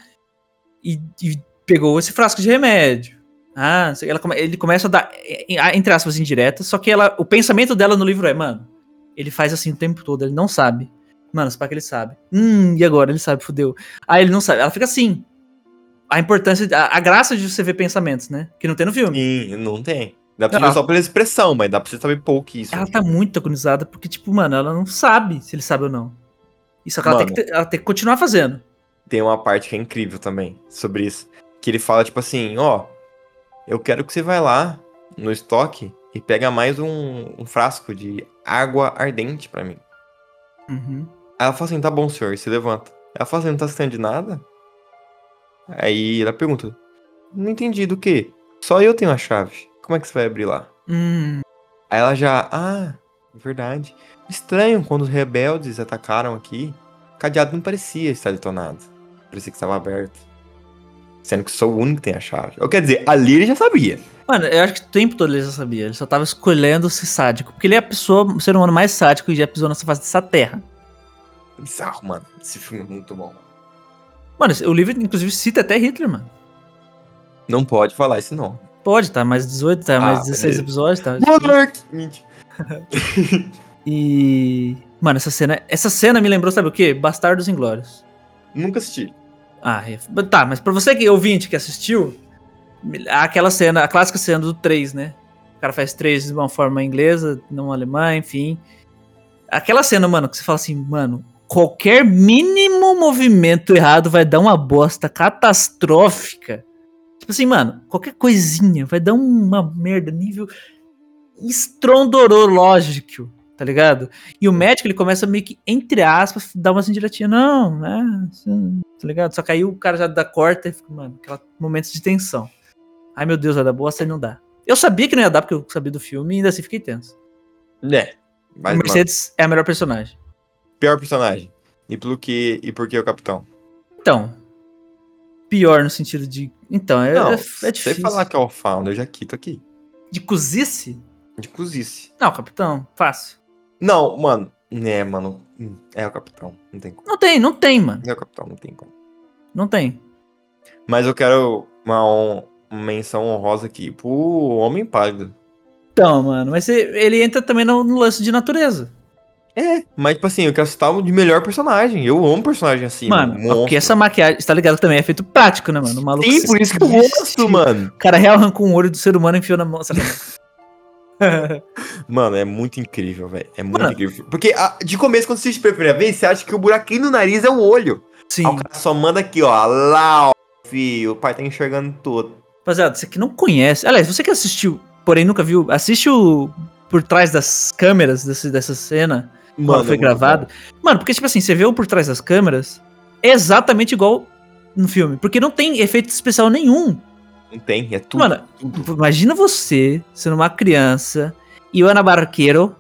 Speaker 1: e, e pegou esse frasco de remédio. Ah, não sei, ela come- ele começa a dar, eh, eh, entre aspas, indireta, só que ela, o pensamento dela no livro é, mano, ele faz assim o tempo todo, ele não sabe. Mano, se pá que ele sabe. Hum, e agora? Ele sabe, fudeu. Ah, ele não sabe. Ela fica assim. A importância, a, a graça de você ver pensamentos, né? Que não tem no filme.
Speaker 2: sim, não tem. Dá pra você
Speaker 1: Ah.
Speaker 2: ver só pela expressão, mas dá pra você saber pouco isso.
Speaker 1: Ela tá muito agonizada porque, tipo, mano, ela não sabe se ele sabe ou não. Isso é que ela tem
Speaker 2: Mano.
Speaker 1: que, ter- ela tem que continuar fazendo.
Speaker 2: Tem uma parte que é incrível também sobre isso. Que ele fala, tipo assim, ó, eu quero que você vá lá no estoque e pega mais um, um frasco de água ardente pra mim. Aí Ela fala assim, tá bom, senhor, e se levanta. Ela fala assim, não tá sentindo de nada? Aí ela pergunta, não entendi do quê? Só eu tenho a chave. Como é que você vai abrir lá?
Speaker 1: Hum,
Speaker 2: Aí ela já, ah, é verdade. Estranho, quando os rebeldes atacaram aqui, o cadeado não parecia estar detonado. Parecia que estava aberto. Sendo que sou o único que tem a chave. Ou quer dizer, ali ele já sabia.
Speaker 1: Mano, eu acho que o tempo todo ele já sabia. Ele só tava escolhendo ser sádico. Porque ele é a pessoa, o ser humano mais sádico que já pisou nessa face dessa terra.
Speaker 2: Bizarro, mano. Esse filme é muito bom.
Speaker 1: Mano, o livro, inclusive, cita até Hitler, mano.
Speaker 2: Não pode falar esse nome.
Speaker 1: Pode, tá? Mais 18, tá? Mais
Speaker 2: Ah,
Speaker 1: 16
Speaker 2: beleza.
Speaker 1: episódios, tá?
Speaker 2: Monarch! Mentira.
Speaker 1: E. Mano, essa cena. Essa cena me lembrou, sabe o quê? Bastardos Inglórios.
Speaker 2: Nunca assisti.
Speaker 1: Ah, é. tá, mas pra você que ouvinte que assistiu, aquela cena, a clássica cena do 3, né? O cara faz 3 de uma forma inglesa, não alemã, enfim. Aquela cena, mano, que você fala assim, mano, Qualquer mínimo movimento errado vai dar uma bosta catastrófica. Tipo assim, mano, qualquer coisinha vai dar uma merda, nível estrondorológico, tá ligado? E o médico, ele começa meio que, entre aspas, dar umas indiretinhas, não, né, assim, tá ligado? Só que aí o cara já dá corta e fica, mano, aquela momentos de tensão. Ai, meu Deus, vai dar bosta e não dá. Eu sabia que não ia dar, porque eu sabia do filme e ainda assim fiquei tenso.
Speaker 2: É. Mas,
Speaker 1: o Mercedes é a melhor personagem.
Speaker 2: mano, pior personagem. E pelo que. E por que o capitão?
Speaker 1: Então, pior no sentido de... Então, é,
Speaker 2: não,
Speaker 1: é, é
Speaker 2: se você
Speaker 1: difícil.
Speaker 2: falar que é o founder, eu já quito aqui.
Speaker 1: De cozice?
Speaker 2: De cozice.
Speaker 1: Não, capitão, fácil.
Speaker 2: Não, mano. É, mano. hum, É o capitão. Não tem como.
Speaker 1: Não tem, não tem, mano.
Speaker 2: É o capitão, não tem como.
Speaker 1: Não tem.
Speaker 2: Mas eu quero uma, hon- uma menção honrosa aqui pro Homem Pálido.
Speaker 1: Então, mano, mas e- ele entra também no, no lance de natureza.
Speaker 2: É, mas tipo assim, eu quero citar o de melhor personagem. Eu amo personagem assim.
Speaker 1: mano,
Speaker 2: monstro.
Speaker 1: porque essa maquiagem, você tá ligado que também é feito prático, né, mano? O maluco
Speaker 2: Sim,
Speaker 1: se-
Speaker 2: por isso que eu gosto, mano.
Speaker 1: O cara real arrancou um olho do ser humano e enfiou na mão. sabe?
Speaker 2: Mano, é muito incrível, velho. É muito
Speaker 1: Mano.
Speaker 2: incrível. Porque ah, de começo, quando você assiste pela primeira vez, você acha que o buraquinho do nariz é o olho.
Speaker 1: Sim.
Speaker 2: Aí o cara só manda aqui, ó. Lá, ó, filho. O pai tá enxergando todo.
Speaker 1: Rapaziada, você que não conhece. Aliás, você que assistiu, porém nunca viu, assiste o por trás das câmeras desse- dessa cena,
Speaker 2: Mano,
Speaker 1: quando foi
Speaker 2: é muito
Speaker 1: gravado. Mano, porque tipo assim, você vê o por trás das câmeras é exatamente igual no filme, porque não tem efeito especial nenhum.
Speaker 2: bom. Não tem, é tudo.
Speaker 1: Mano,
Speaker 2: tudo.
Speaker 1: imagina você sendo uma criança e o Ana Barqueiro,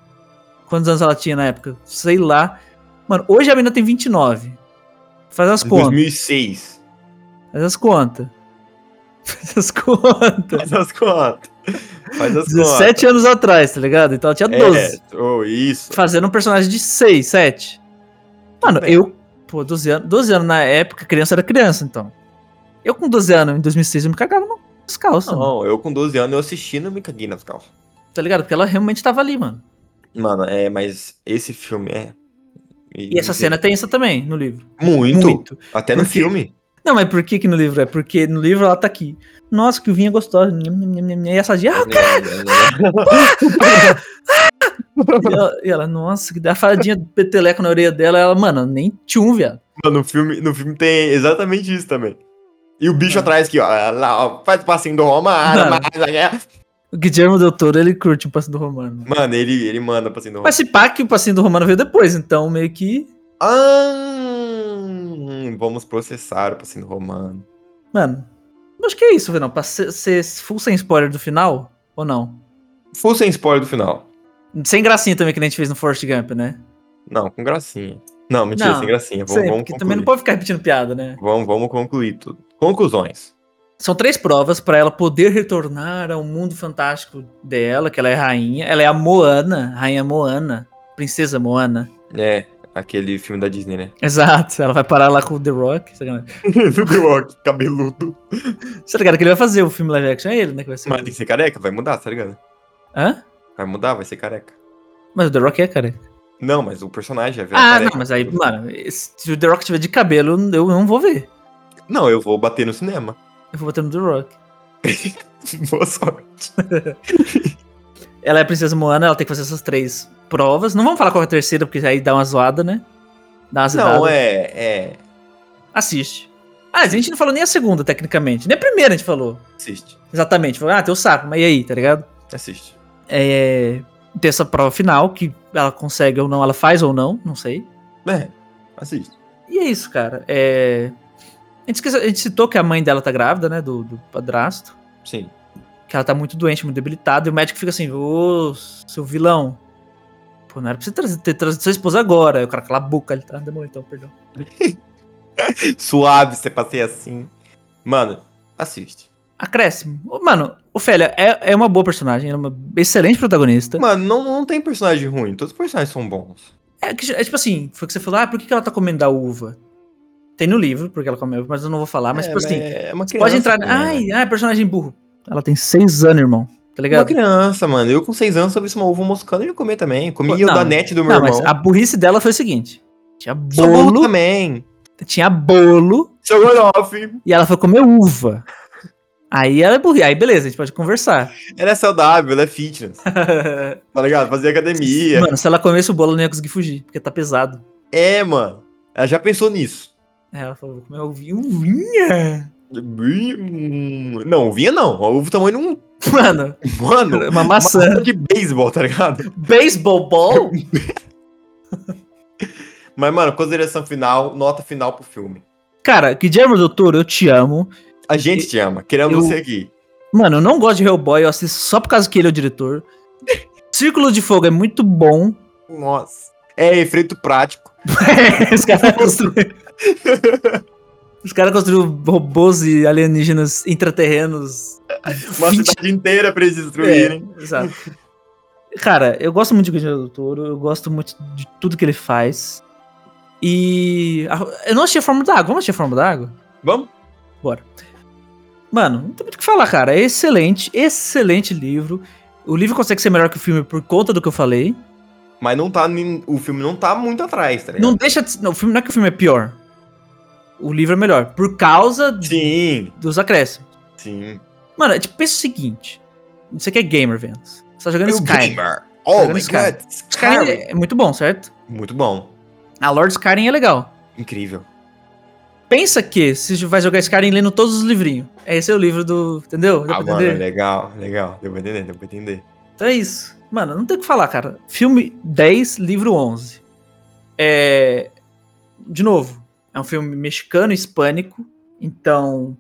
Speaker 1: quantos anos ela tinha na época? Sei lá. Mano, hoje a menina tem 29. Faz as
Speaker 2: Em
Speaker 1: contas.
Speaker 2: 2006.
Speaker 1: Faz as contas. Faz as contas.
Speaker 2: Faz as contas. Faz as
Speaker 1: 17 anos atrás, tá ligado? Então ela tinha 12.
Speaker 2: contas. É, oh, isso.
Speaker 1: Fazendo um personagem de 6, 7. Mano, eu. Pô, 12 anos. 12 anos na época, criança era criança, então. Eu com 12 anos, em 2006, eu me cagava nas calças, mano,
Speaker 2: Não, eu com 12 anos, eu assistindo, eu me caguei nas calças.
Speaker 1: tá ligado? Porque ela realmente tava ali, mano.
Speaker 2: Mano, é, mas esse filme é.
Speaker 1: E essa cena tem essa também, no livro.
Speaker 2: Muito. Até no
Speaker 1: Porque-
Speaker 2: filme.
Speaker 1: Não, mas por que que no livro é? Porque no livro ela tá aqui. Nossa, que o vinho é gostoso. Nham, nham, nham, nham. E essa dia, ah,
Speaker 2: É,
Speaker 1: e ela, e ela, nossa, que dá a faladinha do peteleco na orelha dela. Ela, mano, nem tchum, viado.
Speaker 2: Mano, no filme, no filme tem exatamente isso também. E o bicho
Speaker 1: Ah.
Speaker 2: atrás aqui, ó, lá, ó, faz o passinho do Roma, ah,
Speaker 1: Mano.
Speaker 2: mas, é.
Speaker 1: O Guillermo Del Toro, ele curte um passinho do romano.
Speaker 2: Mano, ele, ele manda o passinho do Roma.
Speaker 1: Mas se pá que o passinho do romano veio depois, então meio que.
Speaker 2: Ah, vamos processar o passinho do romano.
Speaker 1: Mano, eu acho que é isso, Venão. Pra ser, ser full sem spoiler do final, ou não?
Speaker 2: Full sem spoiler do final.
Speaker 1: Sem gracinha também que nem a gente fez no Forrest Gump, né?
Speaker 2: Não, com gracinha. Não, mentira,
Speaker 1: Não,
Speaker 2: sem gracinha. Vamos,
Speaker 1: Sem,
Speaker 2: vamos
Speaker 1: porque também não
Speaker 2: concluir.
Speaker 1: pode ficar repetindo piada, né?
Speaker 2: Vamos, vamos concluir tudo. Conclusões.
Speaker 1: São três provas pra ela poder retornar ao mundo fantástico dela, que ela é rainha. Ela é a Moana, rainha Moana, princesa Moana.
Speaker 2: É, aquele filme da Disney, né?
Speaker 1: Exato, ela vai parar lá com o The Rock. sacanagem.
Speaker 2: do The Rock, cabeludo.
Speaker 1: Você tá ligado que ele vai fazer o filme live action? É ele, né? Que vai ser.
Speaker 2: Mas tem que ser careca, vai mudar, tá ligado?
Speaker 1: Hã?
Speaker 2: Vai mudar, vai ser careca.
Speaker 1: Mas o The Rock é, cara.
Speaker 2: Não, mas o personagem vai virar
Speaker 1: Ah,
Speaker 2: careca.
Speaker 1: não, mas aí, mano, se o The Rock tiver de cabelo, eu não vou ver.
Speaker 2: Não, eu vou bater no cinema.
Speaker 1: Eu vou bater no The Rock.
Speaker 2: Boa sorte.
Speaker 1: Ela é a princesa Moana, ela tem que fazer essas três provas. Não vamos falar qual é a terceira, porque aí dá uma zoada, né? Dá uma zoada.
Speaker 2: Não, é, é...
Speaker 1: Assiste. Ah, a gente não falou nem a segunda, tecnicamente. Nem a primeira a gente falou.
Speaker 2: Assiste,
Speaker 1: Exatamente. Falou, ah, tem o saco, mas e aí, tá ligado?
Speaker 2: assiste.
Speaker 1: É, tem essa prova final, que ela consegue ou não, ela faz ou não, não sei.
Speaker 2: É, assiste.
Speaker 1: E é isso, cara. É, a, gente esqueceu- a gente citou que a mãe dela tá grávida, né? Do, do padrasto.
Speaker 2: Sim.
Speaker 1: que ela tá muito doente, muito debilitada, e o médico fica assim, ô, seu vilão, pô, não era pra você trazer- ter trazido sua esposa agora. Aí o cara, cala a boca, ele tá, demorou então, perdão.
Speaker 2: Suave, você passei assim. Mano, assiste.
Speaker 1: Acréscimo. Ô, Mano, Ofélia é, é uma boa personagem, ela é uma excelente protagonista.
Speaker 2: Mano, não, não tem personagem ruim, todos os personagens são bons.
Speaker 1: É, que- é tipo assim, foi o que você falou, ah, por que que ela tá comendo a uva? Tem no livro, porque ela come a uva, mas eu não vou falar, mas
Speaker 2: é,
Speaker 1: tipo assim,
Speaker 2: é uma
Speaker 1: você pode entrar,
Speaker 2: né?
Speaker 1: ai, tá ai, personagem burro. Ela tem seis anos, irmão, tá
Speaker 2: É Uma
Speaker 1: ligado?
Speaker 2: criança, mano. Eu com seis anos, se eu visse uma uva moscando, eu ia comer também. Comia
Speaker 1: Não,
Speaker 2: o da net do meu
Speaker 1: Não, mas
Speaker 2: irmão.
Speaker 1: a burrice dela foi o seguinte, tinha
Speaker 2: Sou burro
Speaker 1: bolo,
Speaker 2: também.
Speaker 1: tinha bolo,
Speaker 2: Seu Rodolfo.
Speaker 1: E ela foi comer uva. Aí ela é burra. Aí beleza, a gente pode conversar.
Speaker 2: Ela é saudável, ela é fitness. Tá ligado? Fazer academia.
Speaker 1: Mano, se ela comesse o bolo, eu não ia conseguir fugir, porque tá pesado.
Speaker 2: É, mano. Ela já pensou nisso.
Speaker 1: Aí ela falou, vou comer uvinha. Uvinha?
Speaker 2: Hum, Não, vinha não. O tamanho de um.
Speaker 1: Mano,
Speaker 2: Mano,
Speaker 1: uma maçã.
Speaker 2: de beisebol, tá ligado?
Speaker 1: Baseball ball?
Speaker 2: Mas, mano, consideração final, nota final pro filme.
Speaker 1: Cara, Guillermo del Toro, eu te amo.
Speaker 2: A gente te ama, queremos
Speaker 1: eu-
Speaker 2: você aqui.
Speaker 1: Mano, eu não gosto de Hellboy, eu assisto só por causa que ele é o diretor. Círculo de Fogo é muito bom.
Speaker 2: Nossa. É efeito prático.
Speaker 1: Os caras construíram. Os caras construíram robôs e alienígenas intraterrenos.
Speaker 2: Uma
Speaker 1: 20
Speaker 2: cidade inteira pra eles destruírem.
Speaker 1: É, exato. Cara, eu gosto muito de Guilherme do Toro, eu gosto muito de tudo que ele faz. E. a- eu não achei a forma d'água. Vamos assistir a forma d'água?
Speaker 2: Vamos?
Speaker 1: Mano, não tem muito o que falar, cara. É excelente, excelente livro. O livro consegue ser melhor que o filme por conta do que eu falei.
Speaker 2: Mas não tá. nem- O filme não tá muito atrás, tá ligado?
Speaker 1: Não deixa de. Não, o filme, não é que o filme é pior. O livro é melhor. Por causa tá de-
Speaker 2: Sim,
Speaker 1: dos acréscimos.
Speaker 2: sim.
Speaker 1: Mano, é tipo, pensa o seguinte. Você que é gamer, Vênus. Você tá jogando
Speaker 2: Meu
Speaker 1: Skyrim.
Speaker 2: gamer. Oh
Speaker 1: Jogando
Speaker 2: my
Speaker 1: Skyrim.
Speaker 2: god.
Speaker 1: Skyrim
Speaker 2: Skyrim.
Speaker 1: é muito bom, certo?
Speaker 2: Muito bom.
Speaker 1: A Lord Skyrim é legal.
Speaker 2: Incrível.
Speaker 1: Pensa que se vai jogar Skyrim lendo todos os livrinhos. Esse é o livro do. Entendeu? Deu
Speaker 2: Ah,
Speaker 1: pra
Speaker 2: mano,
Speaker 1: entender?
Speaker 2: legal, legal. Deu pra entender, deu pra entender.
Speaker 1: Então é isso. Mano, não tem o que falar, cara. Filme 10, livro 11. É. De novo, é um filme mexicano, hispânico. Então,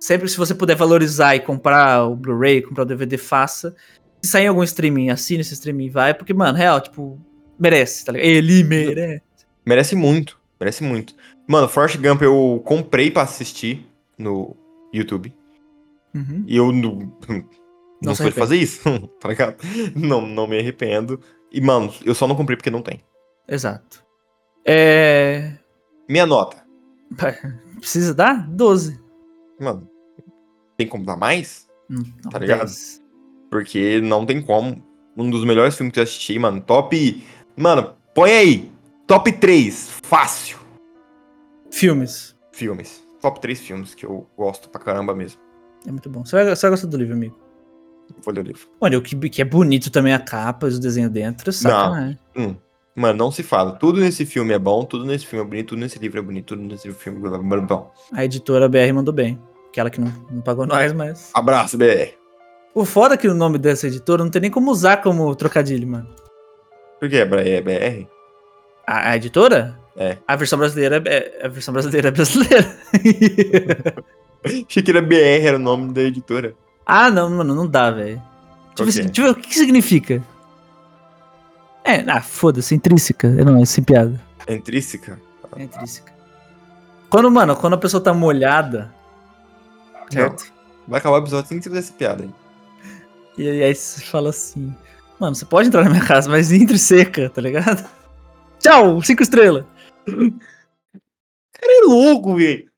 Speaker 1: sempre se você puder valorizar e comprar o Blu-ray, comprar o DVD, faça. Se sair em algum streaming, assine esse streaming e vai. Porque, mano, real, tipo, merece, tá ligado? Ele merece.
Speaker 2: Merece muito, merece muito. Mano, Forrest Gump eu comprei pra assistir no YouTube.
Speaker 1: Uhum.
Speaker 2: E eu não, não
Speaker 1: se
Speaker 2: sou de
Speaker 1: arrepende.
Speaker 2: fazer isso, tá ligado? Não, não me arrependo. E, mano, eu só não comprei porque não tem.
Speaker 1: Exato. É.
Speaker 2: Minha nota.
Speaker 1: Precisa dar? 12.
Speaker 2: Mano, tem como dar mais?
Speaker 1: Hum, não,
Speaker 2: Tá ligado?
Speaker 1: 10.
Speaker 2: Porque não tem como. Um dos melhores filmes que eu assisti, mano. Top. Mano, põe aí. Top 3. Fácil.
Speaker 1: Filmes.
Speaker 2: Filmes. Top 3 filmes que eu gosto pra caramba mesmo.
Speaker 1: É muito bom. Você vai, você vai gostar do livro, amigo.
Speaker 2: Vou ler o livro.
Speaker 1: Olha, o que, que é bonito também a capa, o desenho dentro. Sacanagem.
Speaker 2: Mano, não se fala. Tudo nesse filme é bom, tudo nesse filme é bonito, tudo nesse livro é bonito, tudo nesse filme blá, blá, blá, blá.
Speaker 1: A editora BR mandou bem. Aquela que não, não pagou nós, mas.
Speaker 2: Abraço, BR.
Speaker 1: O foda é que o nome dessa editora não tem nem como usar como trocadilho, mano.
Speaker 2: Por que é BR? É BR?
Speaker 1: A, a editora?
Speaker 2: É.
Speaker 1: A versão brasileira é, é- a versão brasileira é brasileira.
Speaker 2: Achei que era BR, era o nome da editora.
Speaker 1: ah, não, mano, não dá, velho. Deixa, eu ver
Speaker 2: Ok.
Speaker 1: se- deixa eu ver o que que significa. É, ah, foda-se, intrínseca. Não, é sem piada.
Speaker 2: É intrínseca?
Speaker 1: É intrínseca. Quando, mano, quando a pessoa tá molhada. Certo?
Speaker 2: Vai acabar o episódio sem que você fizer essa piada aí.
Speaker 1: E aí aí você fala assim: Mano, você pode entrar na minha casa, mas entre seca, tá ligado? Tchau, cinco estrelas.
Speaker 2: Cara, é louco, velho.